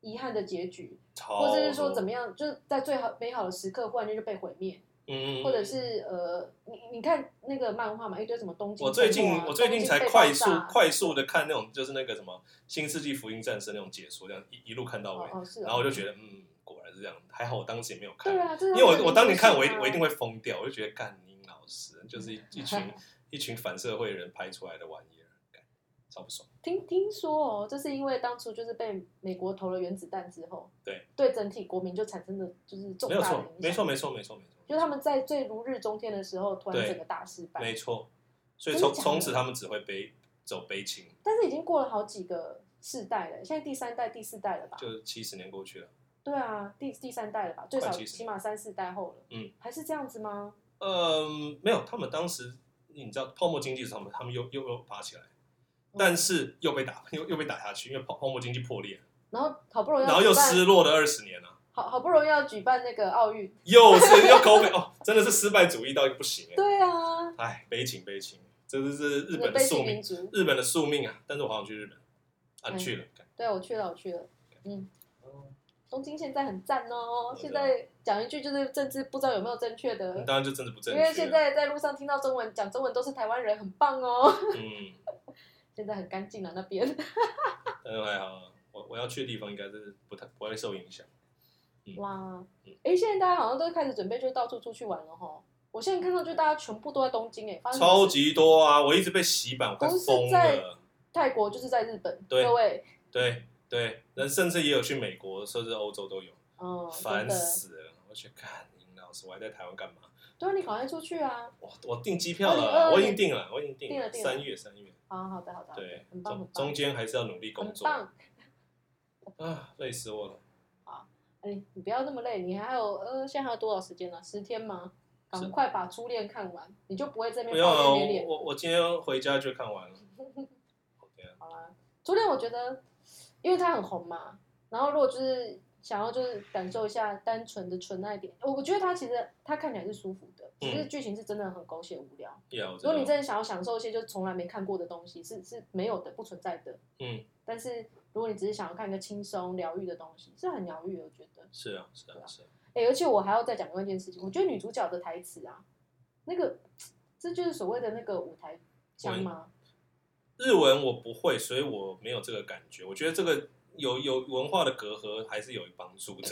Speaker 1: 遗憾的结局，
Speaker 2: 超
Speaker 1: 或者是说
Speaker 2: 多
Speaker 1: 怎么，样，就是在最好美好的时刻忽然间就被毁灭，
Speaker 2: 嗯，
Speaker 1: 或者是呃，你你看那个漫画嘛，一堆什么东京、
Speaker 2: 我最近我最近才
Speaker 1: 被
Speaker 2: 快
Speaker 1: 爆
Speaker 2: 速
Speaker 1: 炸
Speaker 2: 快速的看那种就是那个什么《新世纪福音战士》那种解说，这样一一路看到尾
Speaker 1: 哦，哦是哦，
Speaker 2: 然后我就觉得嗯，果然是这样，还好我当时也没有看
Speaker 1: 对。啊，因
Speaker 2: 因为我我当年看我一
Speaker 1: 啊
Speaker 2: 定我一定会疯掉，我就觉得干你老师就是一一 群一群反社会人拍出来的玩意儿，干超不爽。
Speaker 1: 听听说哦，这是因为当初就是被美国投了原子弹之后，
Speaker 2: 对
Speaker 1: 对整体国民就产生的就是重
Speaker 2: 没有
Speaker 1: 大的
Speaker 2: 错
Speaker 1: 影响，，
Speaker 2: 没错，，没错，没错，没错，
Speaker 1: 就是他们在最如日中天的时候，突然
Speaker 2: 对
Speaker 1: 整个大失败
Speaker 2: 没，错。所以
Speaker 1: 真的假的
Speaker 2: 从从此他们只会悲走悲情，
Speaker 1: 但是已经过了好几个世代了，现在第三代、第四代了吧？
Speaker 2: 就七十年过去了。
Speaker 1: 对啊，第第三代了吧？最少
Speaker 2: 70
Speaker 1: 起码三四代后了，
Speaker 2: 嗯，
Speaker 1: 还是这样子吗？
Speaker 2: 嗯，没有，他们当时你知道泡沫经济上面，他们又又又爬起来，
Speaker 1: 嗯
Speaker 2: 但是又被打又又被打下去，因为泡泡沫经济破裂，
Speaker 1: 然后好不容易要
Speaker 2: 然后又
Speaker 1: 啊举办
Speaker 2: 失落了二十年啊，
Speaker 1: 好好不容易要举办那个奥运，
Speaker 2: 又是又口碑 哦，真的是失败主义到一个不行哎，
Speaker 1: 对啊，
Speaker 2: 哎，悲情悲情，这就是日
Speaker 1: 那
Speaker 2: 本的
Speaker 1: 悲
Speaker 2: 宿
Speaker 1: 剧
Speaker 2: 命
Speaker 1: 民，族，
Speaker 2: 日本的宿命啊！但是我好想去日本啊，
Speaker 1: 嗯
Speaker 2: 你去了，干
Speaker 1: 对我去了，我去了，嗯，
Speaker 2: 哦
Speaker 1: 东京现在很赞哦
Speaker 2: 我，知
Speaker 1: 现
Speaker 2: 道
Speaker 1: 在讲一句就是政治不知道有没有正确的，
Speaker 2: 当然就政治不正
Speaker 1: 因
Speaker 2: 确，啊
Speaker 1: 为现在在路上听到中文讲中文都是台湾人，很棒哦，
Speaker 2: 嗯，
Speaker 1: 现在很干净了那边，
Speaker 2: 但是还好啊，我我要去的地方应该是不太不会受影响。
Speaker 1: 哇
Speaker 2: 嗯，
Speaker 1: 哎，现在大家好像都开始准备就到处出去玩了哈，我现在看到就大家全部都在东京哎，发生什么
Speaker 2: 超
Speaker 1: 事
Speaker 2: 级多啊！我一直被洗版，我快
Speaker 1: 都是
Speaker 2: 疯
Speaker 1: 在
Speaker 2: 了。
Speaker 1: 泰国就是在日本，
Speaker 2: 对
Speaker 1: 各位，
Speaker 2: 对对，那甚至也有去美国，甚至欧洲都有，
Speaker 1: 嗯，真
Speaker 2: 烦
Speaker 1: 的，
Speaker 2: 死了！我去看林老师，我还在台湾干嘛？
Speaker 1: 对啊，你赶快出去啊，
Speaker 2: 我我订机票了
Speaker 1: 2022
Speaker 2: 啦，我已经订了，我已经订
Speaker 1: 订了订了
Speaker 2: 三月三月。
Speaker 1: 好好的好的，好的
Speaker 2: 对
Speaker 1: 很，棒很
Speaker 2: 中
Speaker 1: 棒
Speaker 2: 中间还是要努力工
Speaker 1: 很
Speaker 2: 作
Speaker 1: 棒。
Speaker 2: 啊，累死我了。
Speaker 1: 哎、你不要那么累，你还有呃，现在还有多少时间呢、十天吗？赶快把初恋看完，你就不会这边
Speaker 2: 不用啊，
Speaker 1: 抱怨
Speaker 2: 我
Speaker 1: 脸。
Speaker 2: 我我今天回家就看完了。对啊，
Speaker 1: 好啦，初恋我觉得，因为它很红嘛，然后如果就是想要就是感受一下单纯的纯爱点，我我觉得它其实它看起来是舒服的，只是剧情是真的很狗血无聊。
Speaker 2: 呀，嗯我知
Speaker 1: 如果你
Speaker 2: 道。
Speaker 1: 真的想要享受一些就是从来没看过的东西，是是没有的、不存在的。
Speaker 2: 嗯，
Speaker 1: 但是如果你只是想要看一个轻松疗愈的东西，是很疗愈的，我觉得。
Speaker 2: 是啊，是啊，是啊。
Speaker 1: 哎、而且我还要再讲另外一件事情，我觉得女主角的台词啊，那个这就是所谓的那个舞台腔吗？
Speaker 2: 日文我不会，所以我没有这个感觉。我觉得这个有有文化的隔阂还是有帮助的，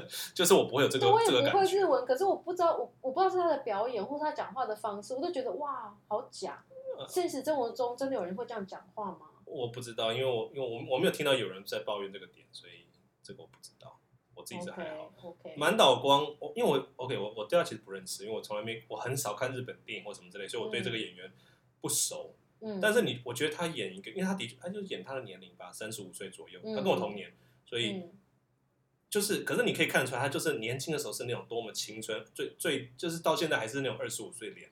Speaker 2: 就是我不会有这个
Speaker 1: 对，我
Speaker 2: 这个
Speaker 1: 也不会
Speaker 2: 感觉
Speaker 1: 日。文，可是我不知道，我我不知道是她的表演或她讲话的方式，我就觉得哇，好假！
Speaker 2: 呃
Speaker 1: 现实生活中真的有人会这样讲话吗？
Speaker 2: 我不知道，因为我因为我我没有听到有人在抱怨这个点，所以这个我不知道，我自己是还好。
Speaker 1: OK，
Speaker 2: 满岛光，我因为我 OK，我我对他其实不认识，因为我从来没我很少看日本电影或什么之类，所以我对这个演员不熟。
Speaker 1: 嗯，
Speaker 2: 但是你，我觉得他演一个，因为他的确他就演他的年龄吧，三十五岁左右，
Speaker 1: 嗯
Speaker 2: 他跟我同年，所以
Speaker 1: 嗯
Speaker 2: 就是，可是你可以看得出来，他就是年轻的时候是那种多么青春，最最就是到现在还是那种二十五岁脸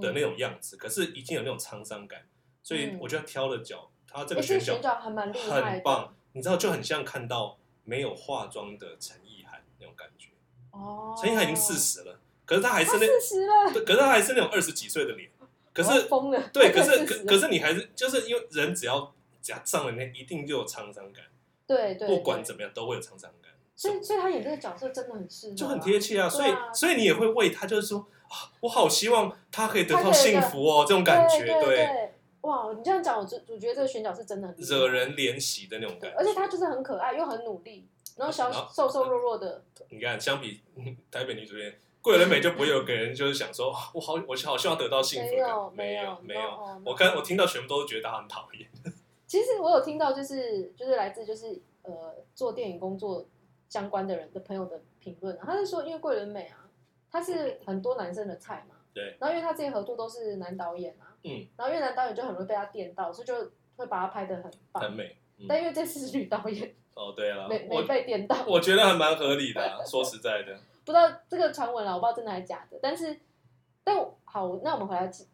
Speaker 2: 的那种样子，可是已经有那种沧桑感，所以
Speaker 1: 嗯
Speaker 2: 我觉得他挑的角，他这
Speaker 1: 这
Speaker 2: 个选角
Speaker 1: 选角还蛮厉害的，
Speaker 2: 很棒，你知道就很像看到没有化妆的陈意涵那种感觉，
Speaker 1: 哦。
Speaker 2: 陈意涵已经四，十了，可是他还是
Speaker 1: 他四
Speaker 2: 那，
Speaker 1: 十了，哦
Speaker 2: 对可是他还是那种二十几岁的脸，可
Speaker 1: 我要
Speaker 2: 是
Speaker 1: 疯了，
Speaker 2: 对，可是
Speaker 1: 40
Speaker 2: 可
Speaker 1: 了
Speaker 2: 可是你还是就是因为人只要只要上了那一定就有沧桑感，
Speaker 1: 对对，
Speaker 2: 不管
Speaker 1: 对
Speaker 2: 怎么样都会有沧桑感。
Speaker 1: 所以所以他演这个角色真的很适合啊，
Speaker 2: 就很贴切啊，所以、
Speaker 1: 对啊
Speaker 2: 所以你也会为他，就是说啊，我好希望他可以得
Speaker 1: 他
Speaker 2: 到
Speaker 1: 可以
Speaker 2: 幸
Speaker 1: 得
Speaker 2: 福哦，这种感觉，
Speaker 1: 对对，哇，你这样讲，我就我觉得这个选角是真的很厉害
Speaker 2: 惹，人怜惜的那种
Speaker 1: 对
Speaker 2: 感觉。
Speaker 1: 而且他就是很可爱又很努力，然后小
Speaker 2: 然后
Speaker 1: 瘦瘦弱弱的，
Speaker 2: 你看，相比 嗯台北女主演桂纶镁，就不会有给人就是想说，啊我好，我好希望得到幸福
Speaker 1: 没
Speaker 2: 感
Speaker 1: 有，
Speaker 2: 没
Speaker 1: 有哦
Speaker 2: 没
Speaker 1: 没
Speaker 2: 有。我看我。听到全部都觉得他很讨厌，
Speaker 1: 其实我有听到，就是就是来自就是呃做电影工作相关的人的朋友的评论、啊，他是说因为桂纶镁啊，她
Speaker 2: 嗯
Speaker 1: 是很多男生的菜嘛，
Speaker 2: 对，
Speaker 1: 然后因为他这些合作都是男导演啊，
Speaker 2: 嗯，
Speaker 1: 然后因为男导演就很容易被他电到，所以就会把他拍的很棒，
Speaker 2: 很美。嗯
Speaker 1: 但因为这次是女导演，
Speaker 2: 哦，对了，
Speaker 1: 没没
Speaker 2: 我
Speaker 1: 被电到，
Speaker 2: 我觉得还蛮合理的啊、说实在的，
Speaker 1: 不知道这个传闻啦，我不知道真的还是假的。但是，但我好，那我们回来继，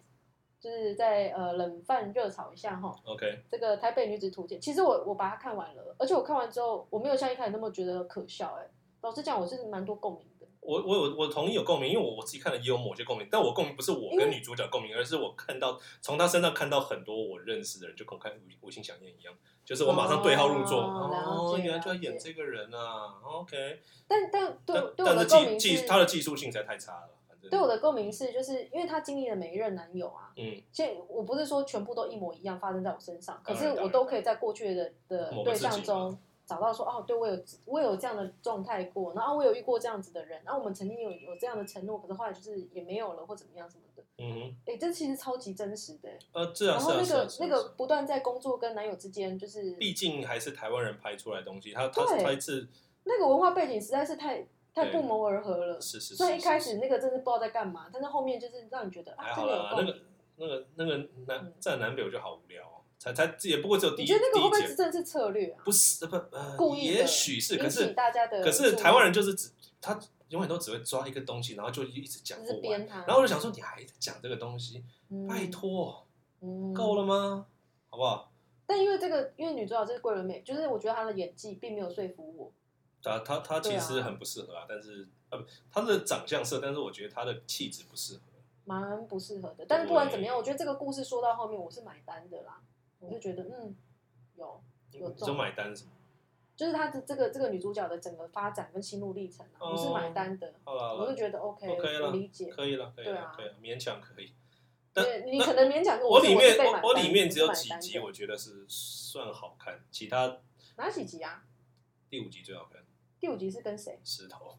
Speaker 1: 就是在呃冷饭热炒一下哈。
Speaker 2: OK，
Speaker 1: 这个《台北女子图鉴》，其实我我把它看完了，而且我看完之后，我没有像一开始那么觉得可笑、哎，老实讲，我是蛮多共鸣的。
Speaker 2: 我我有我同意有共鸣，因为我我自己看了也有某些共鸣，但我共鸣不是我
Speaker 1: 因
Speaker 2: 跟
Speaker 1: 为
Speaker 2: 女主角共鸣，而是我看到从她身上看到很多我认识的人，就跟我看吴吴欣想念一样，就是我马上对号入座，
Speaker 1: 哦了
Speaker 2: 哦，
Speaker 1: 解
Speaker 2: 原来就要
Speaker 1: 了
Speaker 2: 演
Speaker 1: 解
Speaker 2: 这个人啊，OK，
Speaker 1: 但但对
Speaker 2: 但
Speaker 1: 对我
Speaker 2: 但
Speaker 1: 的
Speaker 2: 是
Speaker 1: 共鸣
Speaker 2: 技
Speaker 1: 是
Speaker 2: 技，他的技术性实在太差了，反正
Speaker 1: 对我的共鸣是，就是因为她经历了每一任男友啊，
Speaker 2: 嗯，
Speaker 1: 现我不是说全部都一模一样发生在我身上，可
Speaker 2: 当然
Speaker 1: 是我都可以在过去的的
Speaker 2: 某
Speaker 1: 对
Speaker 2: 个自己
Speaker 1: 象中找到说，哦，对我有我有这样的状态过，然后我有遇过这样子的人，然后我们曾经有有这样的承诺，可是后来就是也没有了或怎么样什么的。
Speaker 2: 嗯哼，
Speaker 1: 哎，这其实超级真实的。欸
Speaker 2: 呃，是啊
Speaker 1: 然
Speaker 2: 是
Speaker 1: 后
Speaker 2: 啊
Speaker 1: 那
Speaker 2: 是啊
Speaker 1: 个
Speaker 2: 是
Speaker 1: 那
Speaker 2: 啊，
Speaker 1: 个
Speaker 2: 是啊
Speaker 1: 不断在工作跟男友之间，就是
Speaker 2: 毕竟还是台湾人拍出来的东西，他他
Speaker 1: 对
Speaker 2: 他是
Speaker 1: 那个文化背景实在是太太
Speaker 2: 对
Speaker 1: 不谋而合了。
Speaker 2: 是是，
Speaker 1: 虽然
Speaker 2: 是
Speaker 1: 一开
Speaker 2: 是
Speaker 1: 始那个真是不知道在干嘛，但是后面就是让你觉得
Speaker 2: 还
Speaker 1: 啊，这
Speaker 2: 好
Speaker 1: 个有
Speaker 2: 啦，那
Speaker 1: 共
Speaker 2: 个
Speaker 1: 鸣。
Speaker 2: 那个那个南
Speaker 1: 嗯
Speaker 2: 在南北我就好无聊哦，才才也不过只有第
Speaker 1: 你
Speaker 2: 一
Speaker 1: 觉得那个会不
Speaker 2: 第
Speaker 1: 会是
Speaker 2: 一节，
Speaker 1: 真的是策略啊？
Speaker 2: 不是不呃
Speaker 1: 故意的
Speaker 2: 也许是，可
Speaker 1: 引起
Speaker 2: 是
Speaker 1: 大家的
Speaker 2: 可是
Speaker 1: 注意
Speaker 2: 台湾人就是只他永远都只会抓一个东西，然后就一直讲
Speaker 1: 就是
Speaker 2: 不完。
Speaker 1: 编他，
Speaker 2: 然后我就想说，你还在讲这个东西，
Speaker 1: 嗯
Speaker 2: 拜，托，
Speaker 1: 嗯
Speaker 2: 够了吗？好不好？
Speaker 1: 但因为这个，因为女主角这个桂纶镁，就是我觉得她的演技并没有说服我。
Speaker 2: 他他他
Speaker 1: 对
Speaker 2: 其
Speaker 1: 啊
Speaker 2: 实很不适合啊，但是呃不，他的长相色，但是我觉得他的气质不适合。
Speaker 1: 蛮不适合的。但是不管怎么样，我觉得这个故事说到后面，我是买单的啦。我就觉得，嗯，有有
Speaker 2: 你说
Speaker 1: 中，
Speaker 2: 买单什么？
Speaker 1: 就是她的这个这个女主角的整个发展跟心路历程啊，
Speaker 2: 哦
Speaker 1: 我是买单的。
Speaker 2: 好了好
Speaker 1: 我就
Speaker 2: 了，
Speaker 1: 觉得 OK，
Speaker 2: OK 了
Speaker 1: 我理解。
Speaker 2: 可以了，可以
Speaker 1: 对
Speaker 2: 了
Speaker 1: 啊，
Speaker 2: 可以了，勉强可以。但
Speaker 1: 对，你可能勉强跟
Speaker 2: 我
Speaker 1: 说
Speaker 2: 里面
Speaker 1: 是被买单
Speaker 2: 我我里面只有
Speaker 1: 我是买
Speaker 2: 几
Speaker 1: 单的
Speaker 2: 集我觉得是算好看，其他
Speaker 1: 哪几集啊？
Speaker 2: 第五集最好看，
Speaker 1: 第五集是跟谁？
Speaker 2: 石头。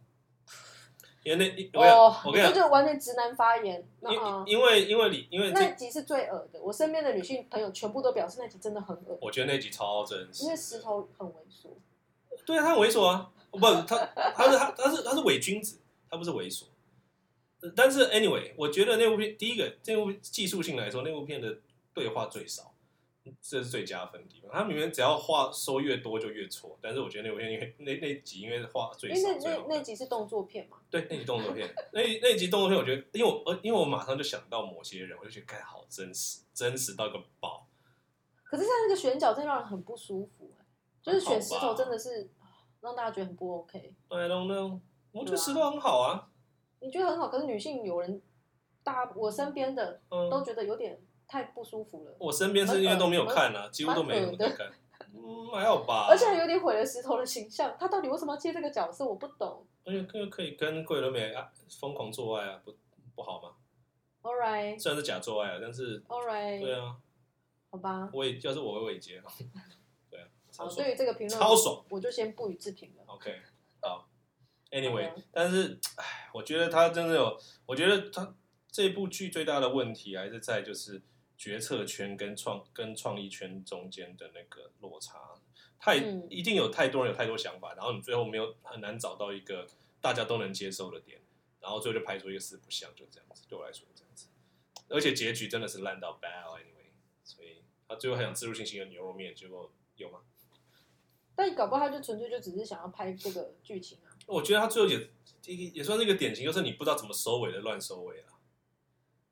Speaker 2: 因为那一我跟你
Speaker 1: 哦
Speaker 2: 讲，，我跟你
Speaker 1: 这
Speaker 2: 讲，
Speaker 1: 就完全直男发言。那啊
Speaker 2: 因，因为因为你因为
Speaker 1: 那
Speaker 2: 这，
Speaker 1: 集是最恶的。我身边的女性朋友全部都表示那集真的很恶，
Speaker 2: 我觉得那集超真实
Speaker 1: 因为。石头很猥琐。
Speaker 2: 对啊，他很猥琐啊，不，他他是他他是他是伪君子，他不是猥琐。呃但是 anyway，我觉得那部片第一个，这部技术性来说，那部片的对话最少，这是最加分的地方。他里面只要话说越多就越错，但是我觉得那部片因为那那集因为话
Speaker 1: 因
Speaker 2: 最
Speaker 1: 为
Speaker 2: 少
Speaker 1: 那，
Speaker 2: 最
Speaker 1: 那
Speaker 2: 好看
Speaker 1: 那集是动作片嘛，
Speaker 2: 对那集动作片，那那集动作片，我觉得因为我呃因为我马上就想到某些人，我就觉得看好真实，真实到一个爆。
Speaker 1: 可是像那个选角真的让人很不舒服、欸，就是选石
Speaker 2: 还好
Speaker 1: 头
Speaker 2: 吧
Speaker 1: 真的是啊让大家觉得很不 OK。
Speaker 2: I don't know，我觉得
Speaker 1: 对啊
Speaker 2: 石头很好啊，
Speaker 1: 你觉得很好，可是女性有人，大我身边的都
Speaker 2: 嗯，
Speaker 1: 觉得有点太不舒服了，
Speaker 2: 我身边是因为都没有看啊，几乎都没有在看，嗯，还好吧，
Speaker 1: 而且还有点毁了石头的形象。他到底为什么要接这个角色，我不懂。
Speaker 2: 而且可可以跟桂纶镁啊疯狂做爱啊，不不好吗？
Speaker 1: All right,
Speaker 2: 虽然是假做爱啊，但是
Speaker 1: all
Speaker 2: 对
Speaker 1: right，
Speaker 2: 啊，
Speaker 1: 好吧。
Speaker 2: 我也要是我会伟杰， 对啊，
Speaker 1: 好，
Speaker 2: 超爽
Speaker 1: 哦对于这个评论，
Speaker 2: 超爽
Speaker 1: 我就先不予置评了。
Speaker 2: ，OK，好，Anyway，
Speaker 1: 好的
Speaker 2: 但是唉，我觉得他真的有，我觉得他这部剧最大的问题还是在就是决策圈跟创跟创意圈中间的那个落差。太、
Speaker 1: 嗯
Speaker 2: 一定有太多人有太多想法，然后你最后没有很难找到一个大家都能接受的点，然后最后就排除一个四不像，就这样子。对我来说这样子，而且结局真的是烂到爆，anyway，所以他最后还想自入性行的牛肉面，结果有吗？
Speaker 1: 但搞不好他就纯粹就只是想要拍这个剧情啊。
Speaker 2: 我觉得他最后也也也算是一个典型，就是你不知道怎么收尾的乱收尾啊了。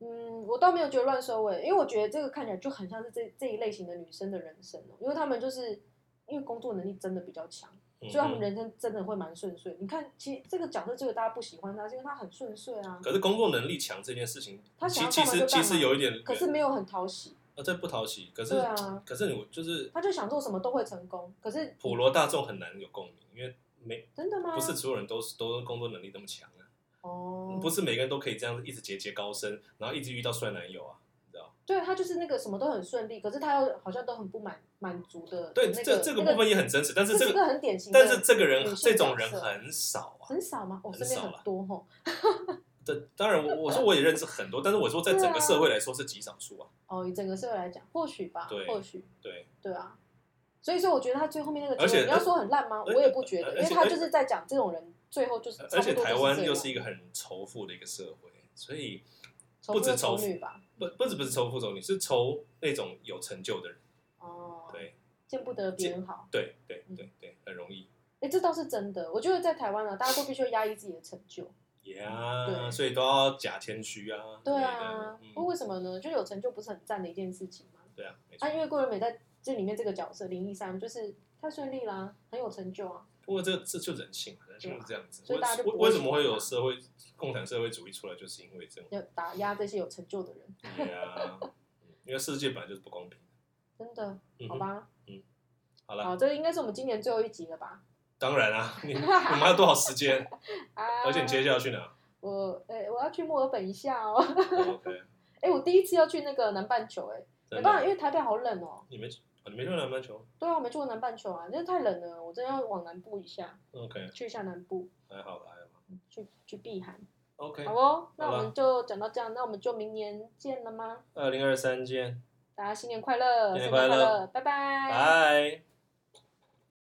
Speaker 1: 嗯，我倒没有觉得乱收尾，因为我觉得这个看起来就很像是这这一类型的女生的人生哦、因为她们就是因为工作能力真的比较强，
Speaker 2: 嗯
Speaker 1: 所以她们人生真的会蛮顺遂。你看，其实这个角色这个大家不喜欢她，是因为她很顺遂啊，
Speaker 2: 可是工作能力强这件事情，
Speaker 1: 他
Speaker 2: 其
Speaker 1: 想要
Speaker 2: 其
Speaker 1: 干嘛
Speaker 2: 实
Speaker 1: 就干
Speaker 2: 其
Speaker 1: 嘛
Speaker 2: 实有一点，
Speaker 1: 可是没有很讨喜。
Speaker 2: 呃这不讨喜，可是、
Speaker 1: 对啊，
Speaker 2: 可是你就是
Speaker 1: 她就想做什么都会成功，可是
Speaker 2: 普罗大众很难有共鸣，因为没
Speaker 1: 真的吗？
Speaker 2: 不是所有人都是都工作能力那么强啊，
Speaker 1: 哦，
Speaker 2: 不，是每个人都可以这样子一直节节高升，然后一直遇到帅男友啊，你知道？
Speaker 1: 对她就是那个什么都很顺利，可是她又好像都很不满满足的。
Speaker 2: 对，
Speaker 1: 嗯那个、
Speaker 2: 这这个
Speaker 1: 那
Speaker 2: 部分也很真实，但是
Speaker 1: 这
Speaker 2: 这
Speaker 1: 是个很典型的
Speaker 2: 但是这个人
Speaker 1: 女性
Speaker 2: 这种人
Speaker 1: 角色
Speaker 2: 很少啊。
Speaker 1: 很少吗？我、
Speaker 2: 很
Speaker 1: 身边
Speaker 2: 少
Speaker 1: 很
Speaker 2: 啦
Speaker 1: 多吼。
Speaker 2: 对，当然我我说我也认识很多，但是我说在整个
Speaker 1: 对啊
Speaker 2: 社会来说是极少数啊。
Speaker 1: 哦，以整个社会来讲，或许吧
Speaker 2: 对，
Speaker 1: 或许，
Speaker 2: 对，
Speaker 1: 对啊。所以说，我觉得他最后面那个
Speaker 2: 而
Speaker 1: 结
Speaker 2: 且
Speaker 1: 尾，你要说很烂吗？
Speaker 2: 而
Speaker 1: 我也不觉得，
Speaker 2: 而呃而
Speaker 1: 因为
Speaker 2: 且
Speaker 1: 他就是在讲这种人最后就是，
Speaker 2: 而且台湾又
Speaker 1: 就是
Speaker 2: 一
Speaker 1: 个
Speaker 2: 个很仇富的一个社会，所以
Speaker 1: 仇
Speaker 2: 不
Speaker 1: 富
Speaker 2: 止仇
Speaker 1: 仇
Speaker 2: 富
Speaker 1: 女，吧？
Speaker 2: 不不止不是仇富仇女，是仇那种有成就的人。
Speaker 1: 哦，
Speaker 2: 对，
Speaker 1: 见不得别人好，
Speaker 2: 对对
Speaker 1: 嗯
Speaker 2: 对对，很容易。
Speaker 1: 哎，这倒是真的。我觉得在台湾呢，啊大家都必须压抑自己的成就，嗯
Speaker 2: 呀，
Speaker 1: 对
Speaker 2: 所以都要假谦虚啊。之
Speaker 1: 对
Speaker 2: 类的
Speaker 1: 啊。不过
Speaker 2: 嗯，
Speaker 1: 为什么呢？就有成就不是很赞的一件事情嘛。
Speaker 2: 对啊，没错
Speaker 1: 啊，。因为桂纶镁在这里面这个角色林一山就是太顺利啦，很有成就啊。
Speaker 2: 不过这这就人性嘛，人性就是这样子。
Speaker 1: 所以大家就
Speaker 2: 为
Speaker 1: 不
Speaker 2: 为
Speaker 1: 会
Speaker 2: 什么会
Speaker 1: 喜欢
Speaker 2: 有
Speaker 1: 他
Speaker 2: 社会共产社会主义出来，就是因为 这种
Speaker 1: 要打压这些有成就的人，
Speaker 2: 对啊，嗯因为世界本来就是不公平。
Speaker 1: 真的，
Speaker 2: 嗯
Speaker 1: 好
Speaker 2: 哼，
Speaker 1: 吧？
Speaker 2: 好了，
Speaker 1: 好，这应该是我们今年最后一集了吧？
Speaker 2: 当然啊，你我们还有多少时 间？
Speaker 1: 啊，
Speaker 2: 而且你接下来要去哪
Speaker 1: 我诶、我要去墨尔本一下哦。
Speaker 2: ？OK，
Speaker 1: 诶、我第一次要去那个南半球、诶，哎，
Speaker 2: 真
Speaker 1: 没办法，
Speaker 2: 的，
Speaker 1: 因为台北好冷哦。
Speaker 2: 你没哦你没去过南半球
Speaker 1: 对啊，我没去过南半球啊，真的太冷了，我真的要往南部一下，
Speaker 2: ？OK，
Speaker 1: 去一下南部，
Speaker 2: 还好啦，还好啦。
Speaker 1: 去去避寒。
Speaker 2: OK，
Speaker 1: 好哦，那
Speaker 2: 好吧
Speaker 1: 我们就讲到这样，那我们就明年见了吗？
Speaker 2: 二零二三见，
Speaker 1: 大家新年快乐，
Speaker 2: 新年
Speaker 1: 圣诞
Speaker 2: 快乐
Speaker 1: 乐，拜拜，
Speaker 2: 拜。